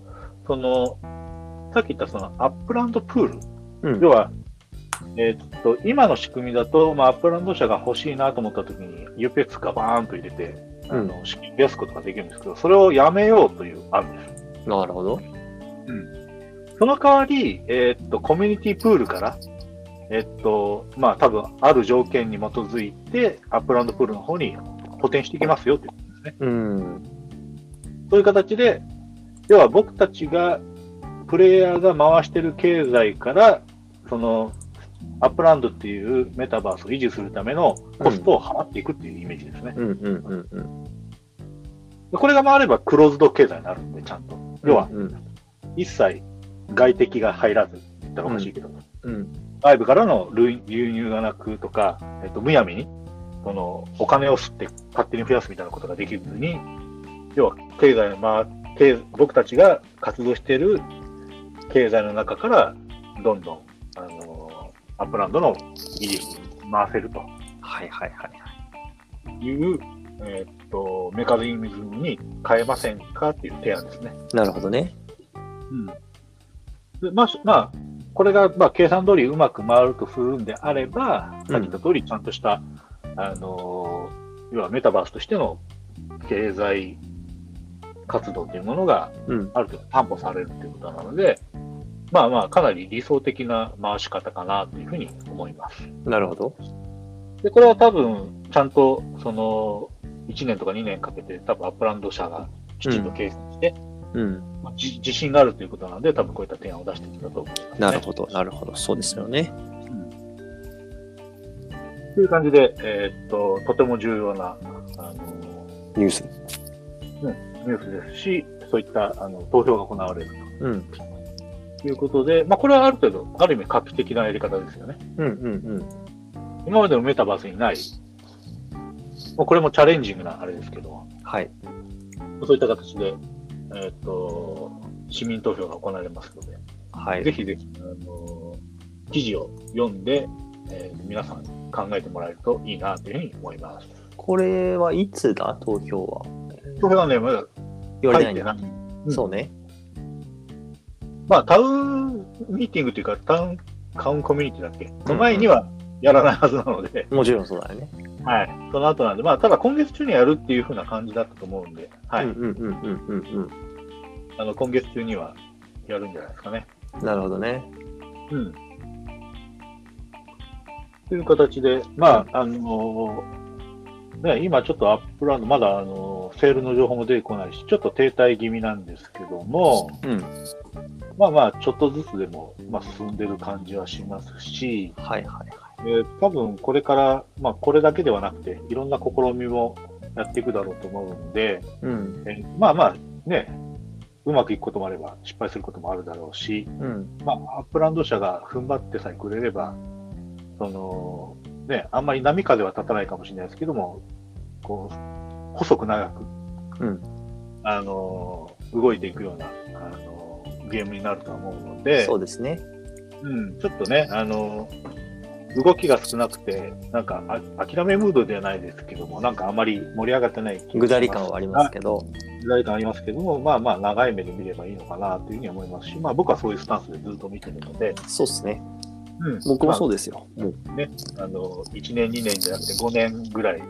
その、さっき言ったそのアップランドプール、
い。うん
要は、えーっと、今の仕組みだと、まあ、アップランド社が欲しいなと思った時に UPX がバーンと入れて、あの、資金増やすことができるんですけど、それをやめようという案です。
なるほど。
その代わり、えーっと、コミュニティプールから、えーっと、まあ、多分、ある条件に基づいて、アップランドプールの方に補填していきますよということですね。
うん。
そういう形で、要は僕たちが、プレイヤーが回してる経済から、その、アップランドっていうメタバースを維持するためのコストを払っていくっていうイメージですね。
うんうんうんうん。
でこれが回ればクローズド経済になるんで、ちゃんと。要は、
うん
一切外敵が入らずって言ったらおかしいけど、
うん。
外部からの流入がなくとか、えっと、むやみにそのお金を吸って勝手に増やすみたいなことができずに、要は経済の、まあ、経僕たちが活動している経済の中から、どんどんあのアップランドの技術回せると
はいはいはいはい。
いう、えーっと、メカニズムに変えませんかっていう提案ですね。
なるほどね。
うん。でまあ、しまあ、これが、まあ、計算通りうまく回るとするんであれば、
うん
さっき言った通り、ちゃんとした、あのー、要はメタバースとしての経済活動というものが
うん。
ある程度担保されるということなので、まあまあ、かなり理想的な回し方かなというふうに思います。
なるほど。
で、これは多分、ちゃんと、その、1年とか2年かけて、多分アップランド社がきちんと計算して、
うん。
まあじ自信があるということなので、多分こういった提案を出してきたと思います、ね。
なるほど、なるほど。そうですよね。
という感じで、えーっと、とても重要な、あの、
ニュース。
ニュースですし、そういった、あの、投票が行われる
うん。
ということで、まあ、これはある程度、ある意味画期的なやり方ですよね。
うんうん
今までのメタバースにない、まあ、これもチャレンジングなあれですけども、
うん。はい。
そういった形で、えーっと、市民投票が行われますので、
は
ぜ
い。
ひぜひ、あの記事を読んで、えー皆さん考えてもらえるといいなというふうに思います。
これはいつだ投票は。
これはね、まだ
言わ
書
れてないいん
て
だ。
ない。うん
そうね。
まあ、タウンミーティングというか、タウン、タウンコミュニティだっけ
う
の
ん
前にはやらないはずなので、
もちろんそうだよね。
はい。その後なんで、まあ、ただ今月中にやるっていうふうな感じだったと思うんで、はい。
うんうんうんうんうん
あの、今月中にはやるんじゃないですかね。
うん。なるほどね。
うん。という形で、まあ、あのーね、今ちょっとアップランド、まだ、あのーセールの情報も出てこないし、ちょっと停滞気味なんですけども、
うん。
まあまあ、ちょっとずつでも、まあ、進んでる感じはしますし、
はいはい。
えー多分これから、まあ、これだけではなくて、いろんな試みもやっていくだろうと思うんで、
うん
えーまあまあ、ね、うまくいくこともあれば、失敗することもあるだろうし、
うん。
まあ、アップランド社が踏ん張ってさえくれれば、そのね、あんまり波風は立たないかもしれないですけども、こう細く長く、
うん
あの動いていくような、あのゲームになるとは思うので
そうですね。
うん、ちょっとね、あの動きが少なくて、なんかあ諦めムードではないですけども、なんかあまり盛り上がってない気がします
ぐだり感はありますけど。
ぐだり感ありますけども、まあまあ、長い目で見ればいいのかなというふうに思いますし、まあ、僕はそういうスタンスでずっと見てるので。
そうですね。
うん
僕も
まあ
そうですよ。もう。
あの1年、2年じゃなくて5年ぐらい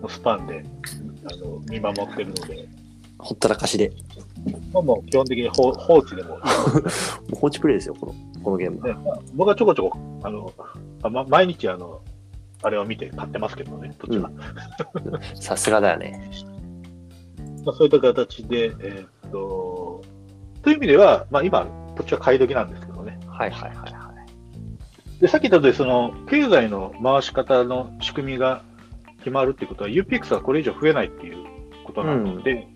のスパンであの見守ってるので、
ほったらかしで。
まあ、もう基本的に放放置でもいい
もう放置プレイですよ、この、このゲーム
の
は。
で、まあ僕はちょこちょこあのあ、ま、毎日あの、あれを見て買ってますけどね、どっちら
うさすがだよね。
まあ、そういった形で、えーっとという意味では、まあ、今、土地は買い時なんですけどね。
はいはいはいはい。
でさっき言ったとおり、その経済の回し方の仕組みが決まるってことは、UPX はこれ以上増えないっていうことなので、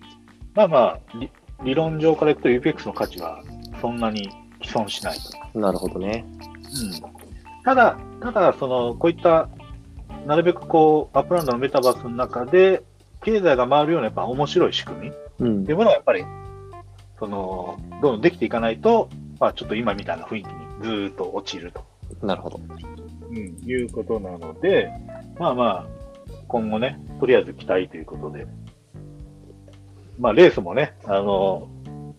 まあまあ理、理論上からいくと UPX の価値はそんなに毀損しないと。
なるほどね。
ただ、ただその、こういった、なるべくこうアップランドのメタバースの中で、経済が回るようなやっぱ面白い仕組みっ
うん
てい。うものはやっぱり、そのどんどんできていかないと、まあ、ちょっと今みたいな雰囲気にずーっと落ちると。
なるほど。
うん、いうことなので、まあまあ、今後ね、とりあえず期待ということで、まあ、レースもね、あの、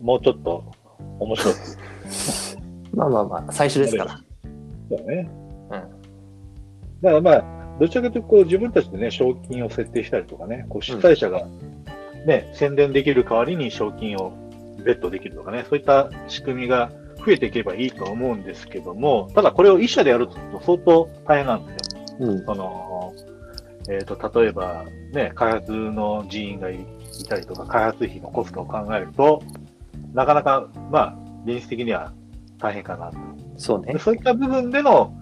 もうちょっと面白く、
まあまあまあ、最初ですから。
そうね。
うん。
だからまあ、どちらかというと、こう、自分たちでね、賞金を設定したりとかね、こう、主催者が、ね、宣伝できる代わりに賞金をベットできるとかね、そういった仕組みが増えていけばいいとは思うんですけども、ただこれを一社でやると相当大変なんですよ。
うん。
その、えー、と例えば、ね、開発の人員がいいたりとか、開発費のコストを考えると、なかなか、まあ、現実的には大変かなと。
そうね
で。そういった部分での、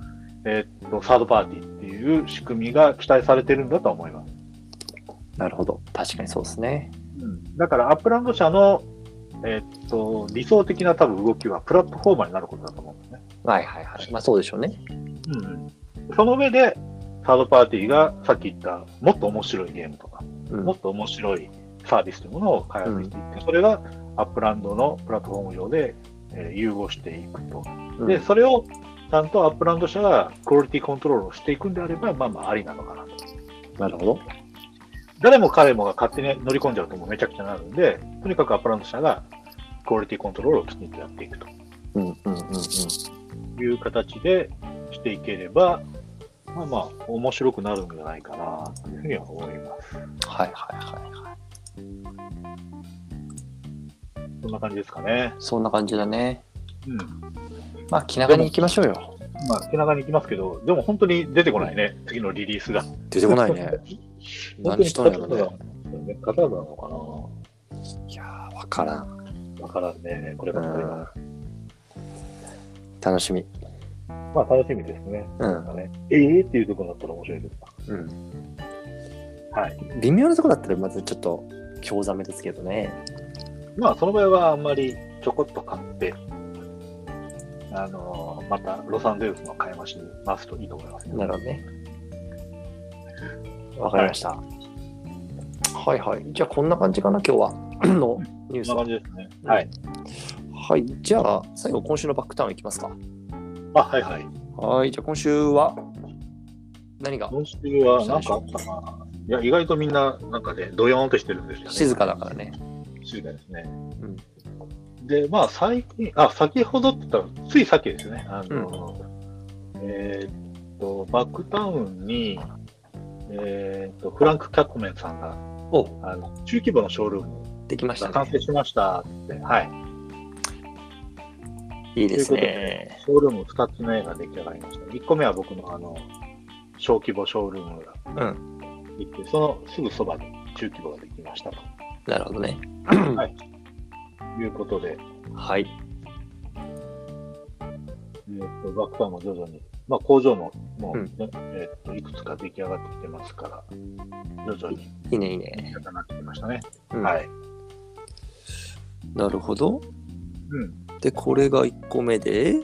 えー、とサードパーティーっていう仕組みが期待されてるんだとは思います。
なるほど。確かにそうですね。
だから、アップランド社の、えー、と理想的な多分動きはプラットフォーマーになることだと思うんですね。
はいはいはい。まあそうでしょうね。
うん、その上で、サードパーティーがさっき言った、もっと面白いゲームとか、
うん
もっと面白いサービスというものを開発していって、それがアップランドのプラットフォーム上で、えー融合していくと。
うん
で、それをちゃんとアップランド社がクオリティコントロールをしていくんであれば、まあまあありなのかなと。
なるほど。
誰も彼もが勝手に乗り込んじゃうともうめちゃくちゃなるんで、とにかくアップランド社がクオリティコントロールをきちんとやっていくと
うんうんうんうん。
いう形でしていければ、まあまあ面白くなるんじゃないかなというふうには思います。
はいはいはいはい。
そんな感じですかね。
そんな感じだね。
うん。
まあ気長に行きましょうよ。
まあ、手長に行きますけど、でも本当に出てこないね、次のリリースが。
出てこない ね。 何しとんやろ
本当にカタ
ね。
カナだカタカナなの
いやー、わからん。
かなわからんね、これ
う
ばっかり
ん
は。。
楽しみ。
まあ、楽しみですね。
う
なん
ん。
かね、ええっていうところだったら面白いけど。
うん。
はい。
微妙なとこだったらまずちょっと興ざめですけどね。
まあ、その場合はあんまりちょこっと買って、あのーまたロサンゼルスの買い増しに回すといいと思いますね、
なるほどね。わかりました。はいはい。じゃあこんな感じかな、今日は。 のニュース
そんな
は。
感じですね。はい。
はい。じゃあ最後、今週のバックタウンいきますか。
あ、はいはい。
はい。じゃあ今週は何が
今週はなんかあったかな。いや、意外とみんな、なんかね、ドヨーンとしてるんですよね。
静かだからね。
静かですね。で、まあ、最近、あ、先ほどって言ったら、ついさっきですね。あの、えーっと、バックタウンに、えーっと、フランク・キャットメンさんが、
お
あの中規模のショールーム
できまし
が
た
完
ね。
成しましたって、はい。
いいです
という
ね。
ショールーム2つの絵が出来上がりました。1個目は僕の、あの、小規模ショールームが
う
できて、そのすぐそばで中規模ができましたと
なるほどね。
いうことで、
はい。
えーっと、バックタウンも徐々に、まあ、工場ももう、
うん
ねえーっといくつか出来上がってきてますから、徐々に
いいね、いいね。
良くなってきましたね。
うん
はい。
なるほど。
うん。
で、これが1個目 で、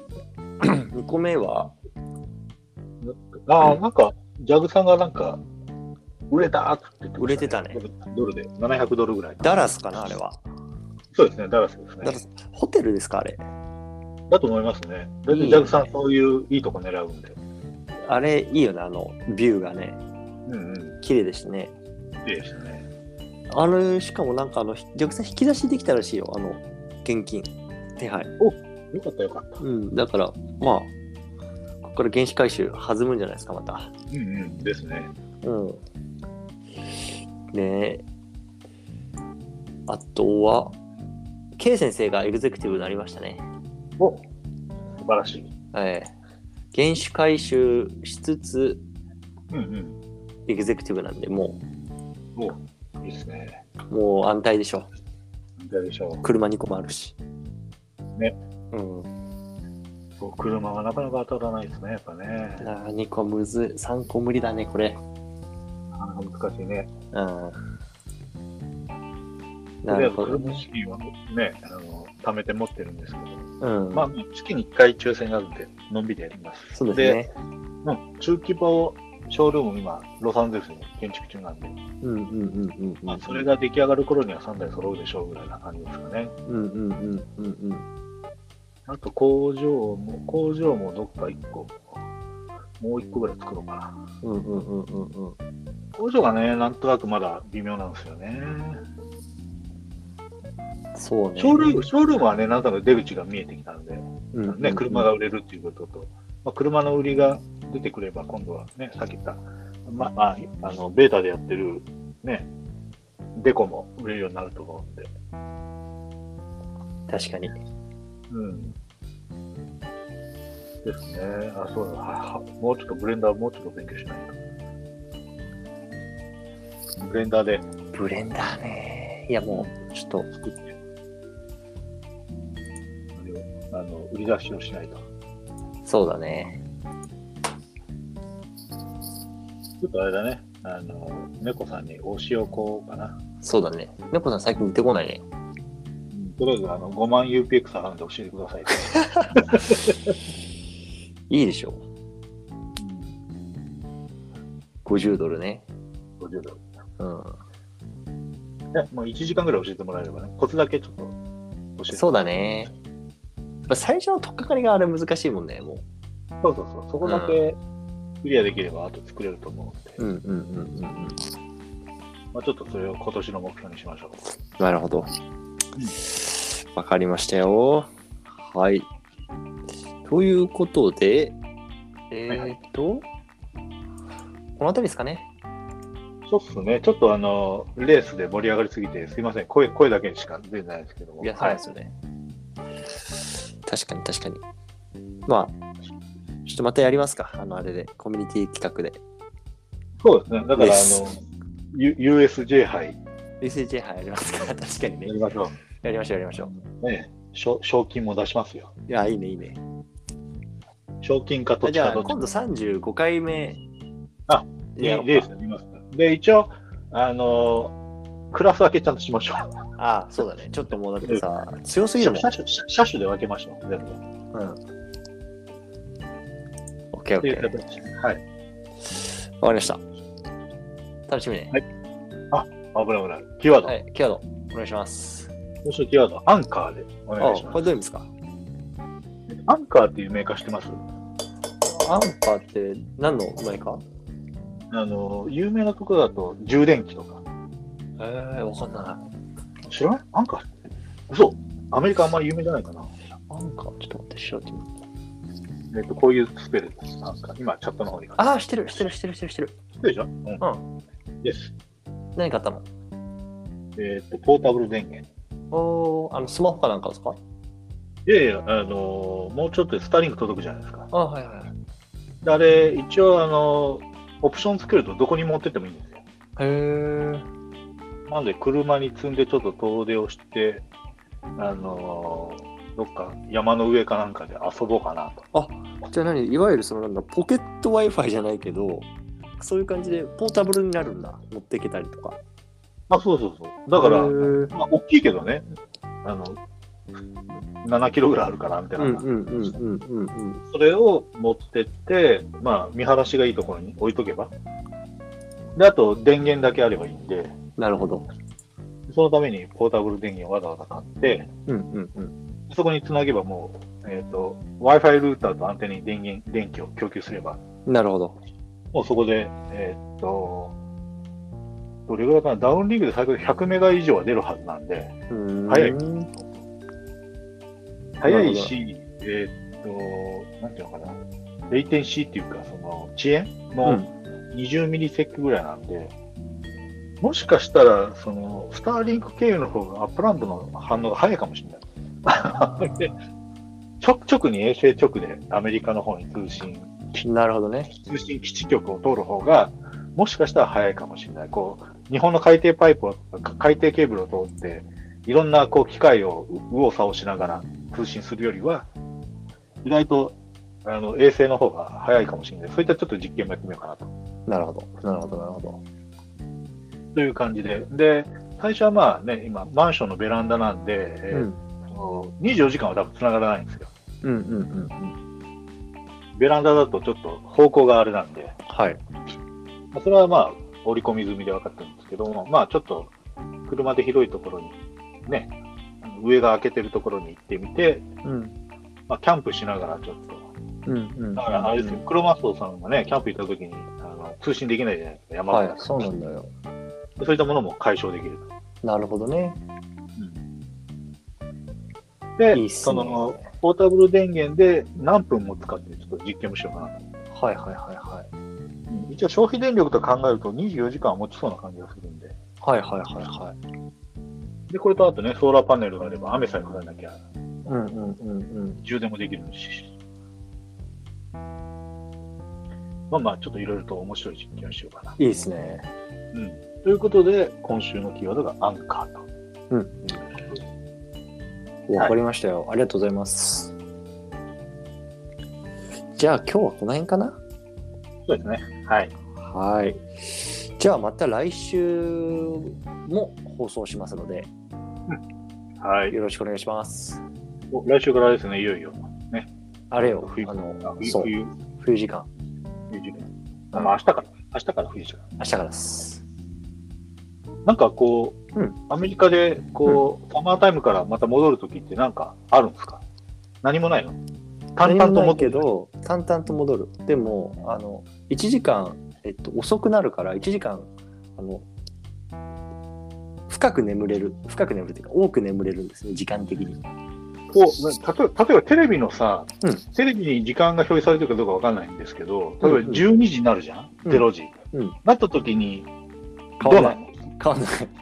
2個目は、
ああ、
うん
なんか、ジャグさんがなんか、売れたーって言ってました
売れてたね。
ドルで、700ドルぐらい。
ダラスかな、あれは。
そうですね、ダラスですね。
ダラス、ホテルですか、あれ。
だと思いますね。だっ
いいよね
てジャグさん、そういういいとこ狙うんで。
あれ、いいよね、あの、ビューがね、
うんうん。
綺麗でしたね。
いいですね。
あれ、しかもなんか、あの、逆さ引き出しできたらしいよ、あの、現金、手配。
よかった、よかった。
うん、だから、まあ、ここから原資回収弾むんじゃないですか、また。
うんうん。ですね。
うん。ねえ。あとは、K 先生がエグゼクティブになりましたね。
お素晴らしい。
ええ原種回収しつつ、
うん
エグゼクティブなんで、も
うん。いいですね。
う、もう安泰でしょ。
いかがでしょう。
車2個もあるし。
ね。
うん。
そう車はなかなか当たらないですね、やっぱね。な
あ2個むずい、3個無理だね、これ。
かなか難しいね。
うん。なるほど、
とりあえ
ね。
ず車資金はね、あの、貯めて持ってるんですけど、
うん。
まあ、月に1回抽選があるんで、のんびりやります。
そうですね。
うん、中規模ショールーム、今、ロサンゼルスに建築中なん
う
で、
んうんうんうんうん。
まあ、それが出来上がる頃には3台揃うでしょうぐらいな感じですかね。
うんうんうんうんうん。
あと工場も、工場もどっか1個、もう1個ぐらい作ろうかな。
うんうんうんうんうん。
工場がね、なんとなくまだ微妙なんですよね。
そうね。
ショールーム、ショールームはね、なんとなく出口が見えてきたので、
うんうんうん
ね、車が売れるっていうことと、まあ、車の売りが出てくれば、今度はね、さっき言った、ままあ、あのベータでやってる、ね、デコも売れるようになると思うんで、
確かに。
うん。ですね。あ、そうだ。ははもうちょっとブレンダー、もうちょっと勉強しないと。ブレンダーで
ブレンダーね。いやもう、ちょっと、
作って、あれをあの売り出しをしないと。
そうだね。
ちょっとあれだね。あの、猫さんに推しをこうかな。
そうだね。猫さん最近出てこないね。
うんとりあえずあの5万 UPX 払うんで教えてください。
いいでしょ。50ドルね。
50ドル。
うん。
え、もう1時間ぐらい教えてもらえればね。コツだけちょっと教えて
そうだね。やっぱ最初の取っかかりがあれ難しいもんね、もう。
そうそうそう、そこだけクリアできれば、あと作れると思うんで、
うんうんうんうんうん。
まあ、ちょっとそれを今年の目標にしましょう。
なるほど。わかりましたよ。はい。ということで、え
はいは
ー
い
っと、この辺りですかね。
そうっすね、ちょっとあのレースで盛り上がりすぎて、すいません、声声だけにしか出てないですけども、
いや、そう
は
なん
い
ですよね。確かに確かに。まあ、ちょっとまたやりますか。あの、あれで、コミュニティ企画で。
そうですね、だか
レー
らあ
ス
の、U- USJ 杯
USJ 杯やりますか。 確かにね
や。りましょ
やりましょう、やりましょう。
う、ね賞、賞金も出しますよ、
いや、いいね、いいね。
賞金かどっ
じ
ち
ゃ
か
あ、
どっちか
今度35回目。
あ
やろうか
レースやりますからで、一応、あのクラス分けちゃんとしましょう。
ああ、そうだね。ちょっともうだってさ、強すぎるもん。
車種車種で分けましょう、全部。
うん。オッケーオッ
とい
ケ
う
ー。わ
形ではい。
かりました。楽しみね。
危ない危ない。キーワード、
はい、キーワード、お願いします。
もう一度キーワード、アンカーでお
あ、
願いし
こ
ま
れどう
す。
いう意味ですか
アンカーっていうメーカー知ってます
アンパーって何の前か
あの、有名なところだと、充電器とか。
えー、わかんない。
知らないアンカー嘘アメリカあんまり有名じゃないかな。
アンカーちょっと待って、調べてみよう
えっと、こういうスペルです。アンカー。今、チャットの方に書いて
ああ、してる、してる、してる、してる、してる。
るでしょうん。です。
何買ったの
えっと、ポータブル電源。
おー、あの、スマホかなんかですか
いやいや、あの、もうちょっとでスターリング届くじゃないですか。
あーはいはいはい。
であれ、一応、あの、オプションつけるとどこに持ってってもいいんですよ。
へー。
なので、車に積んでちょっと遠出をして、あのーどっか山の上かなんかで遊ぼうかなと。
じゃあ何いわゆるそのなんだ、ポケット Wi-Fi じゃないけど、そういう感じでポータブルになるんだ。持っていけたりとか。
あ、そうそうそう。だから、
へー
まあ、大きいけどね、あの、7キロぐらいあるから、みたいな。
うんうんうんうんうんうん。
それを持ってって、まあ、見晴らしがいいところに置いとけば。で、あと、電源だけあればいいんで、
なるほど。
そのためにポータブル電源をわざわざ買って、
うんうんうん。
そこにつなげばもう、えっ、と、Wi-Fi ルーターとアンテナに電源、電気を供給すれば、
なるほど。
もうそこで、えーっと、どれぐらいかな、ダウンリングで最高で100メガ以上は出るはずなんで、
うーん
早い
うん
早いし、えーっと、なんていうのかな、レイテンシーっていうか、その遅延
う
の
ん
20ミリセックぐらいなんで、もしかしたら、その、スターリンク経由の方がアップランドの反応が早いかもしれない。 直直に衛星直でアメリカの方に通信
なるほどね。
通信基地局を通る方が、もしかしたら早いかもしれない。こう、日本の海底パイプを、か海底ケーブルを通って、いろんなこう機械をう右往左往しながら通信するよりは、意外とあの衛星の方が早いかもしれない。そういったちょっと実験もやってみようかなと。
なるほど。なるほど、なるほど。
という感じで。で、最初はまあね、今、マンションのベランダなんで、
う
えー
ん。
と24時間は多分繋がらないんですよ。
うんうんうんうん。
ベランダだとちょっと方向があれなんで、
はい。
まあそれはまあ、折り込み済みで分かってるんですけども、まあ、ちょっと、車で広いところに、ね、上が開けてるところに行ってみて、
うん。
まあ、キャンプしながらちょっと、
うんうん。
だから、あれですよ、黒マスオさんがね、キャンプ行った時に、あの通信できないじゃないですか、山
は
形
い、そうなんだよ。
そういったものも解消できる。
なるほどね。
で、
いいっす
そ
ね
の、ポータブル電源で何分も使って、ちょっと実験もしようかなと。
はいはいはいはい。
一応、消費電力と考えると24時間は持ちそうな感じがするんで。
はいはいはいはい。
で、これとあとね、ソーラーパネルがあれば、雨さえ降らなきゃ、
うんうんうん
充電もできるし。まあまあ、ちょっといろいろと面白い実験をしようかな。
うん。いいですね。
うん。ということで、今週のキーワードがアンカーと。
うん
ん。
わかりましたよ。ありがとうございます。じゃあ今日はこの辺かな
そうですね。はい。
はい。じゃあまた来週も放送しますので、
はい。
よろしくお願いします。
お来週からですね、いよいよ。
あれよ、
冬
あ
あ
の、
冬、
そう、
冬、
冬時間、
冬時間。あまあ、明日から、明日から冬時間。
明日からです。
なんかこう、
うん
アメリカで、こう、サマータイムからまた戻るときってなんかあるんですか何もないの淡々
何もな
と戻
いけど淡々と戻るでもあの1時間、えっと、遅くなるから1時間あの深く眠れる深く眠るというか多く眠れるんですね時間的に
こうな例えば例えばテレビのさ、
うん
テレビに時間が表示されてるかどうかわかんないんですけど、例えば
うんうん
12時になるじゃん、
うん
0時、
うん
なった時に、
変わ
どうん
な
ないの
変わんない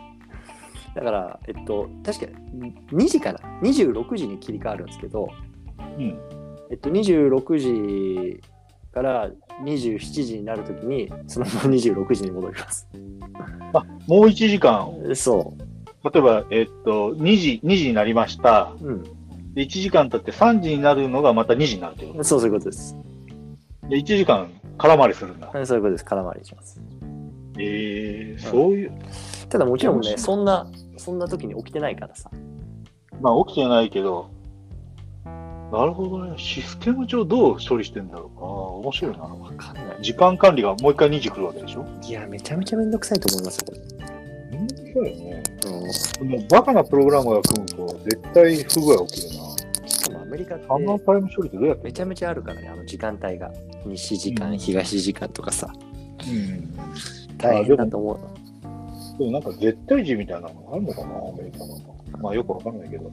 だからえっと確か2時から26時に切り替わるんですけど
うん
えっと26時から27時になるときにそのまま26時に戻ります
もう1時間、
そ
例えば、えっと2時、2時になりました、
う、うん、
で1時間経って3時になるのがまた2時になるというこ
そうそういうことです
と。で、1時間空回りするんだ。
そういうことです空回りします
えー、そういう、
ただもちろん
面白
ね
い
そんなそんな時に起きてないからさ
まあ起きてないけど、なるほどね、システム上どう処理してんだろうかな、面白いな。
わかんない
時間管理がもう一回2時来るわけでしょ
いやめちゃめちゃめんどくさいと思いますよこれ
そうよね。
うんし
でもバカなプログラムが組むと絶対不具合起きるな。
かもアメリカって
ハンマータイム処理ってどうやって
めちゃめちゃあるからねあの時間帯が西時間、東時間とかさ
うん。
大変だと思う
でもなんか絶対時みたいなのあるのかな、アメリカの。まあよくわかんないけど。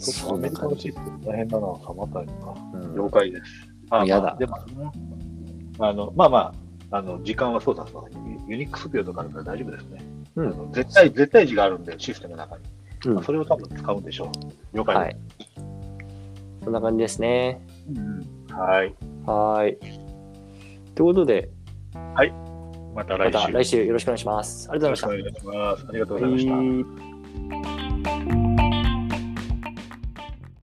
そんな感じ。
システム大変だな、ハンマータイムか。
うん
了解です。あ
や
まあ
だ
でも、あの、まあまあ、あの、時間はそうだそうだ。ユユニックス病とかあるから大丈夫ですね。
うん
あの絶対、絶対時があるんで、システムの中に。
うん
まあそれを多分使うんでしょう。了解
は
で
い。そんな感じですね。
す。うんはい。
はーい。ということで、
また
ま
来
た
週。
来週よろしくお願いします。ありがとうございました。
よろしくお願いします。ありがとうございました。
はい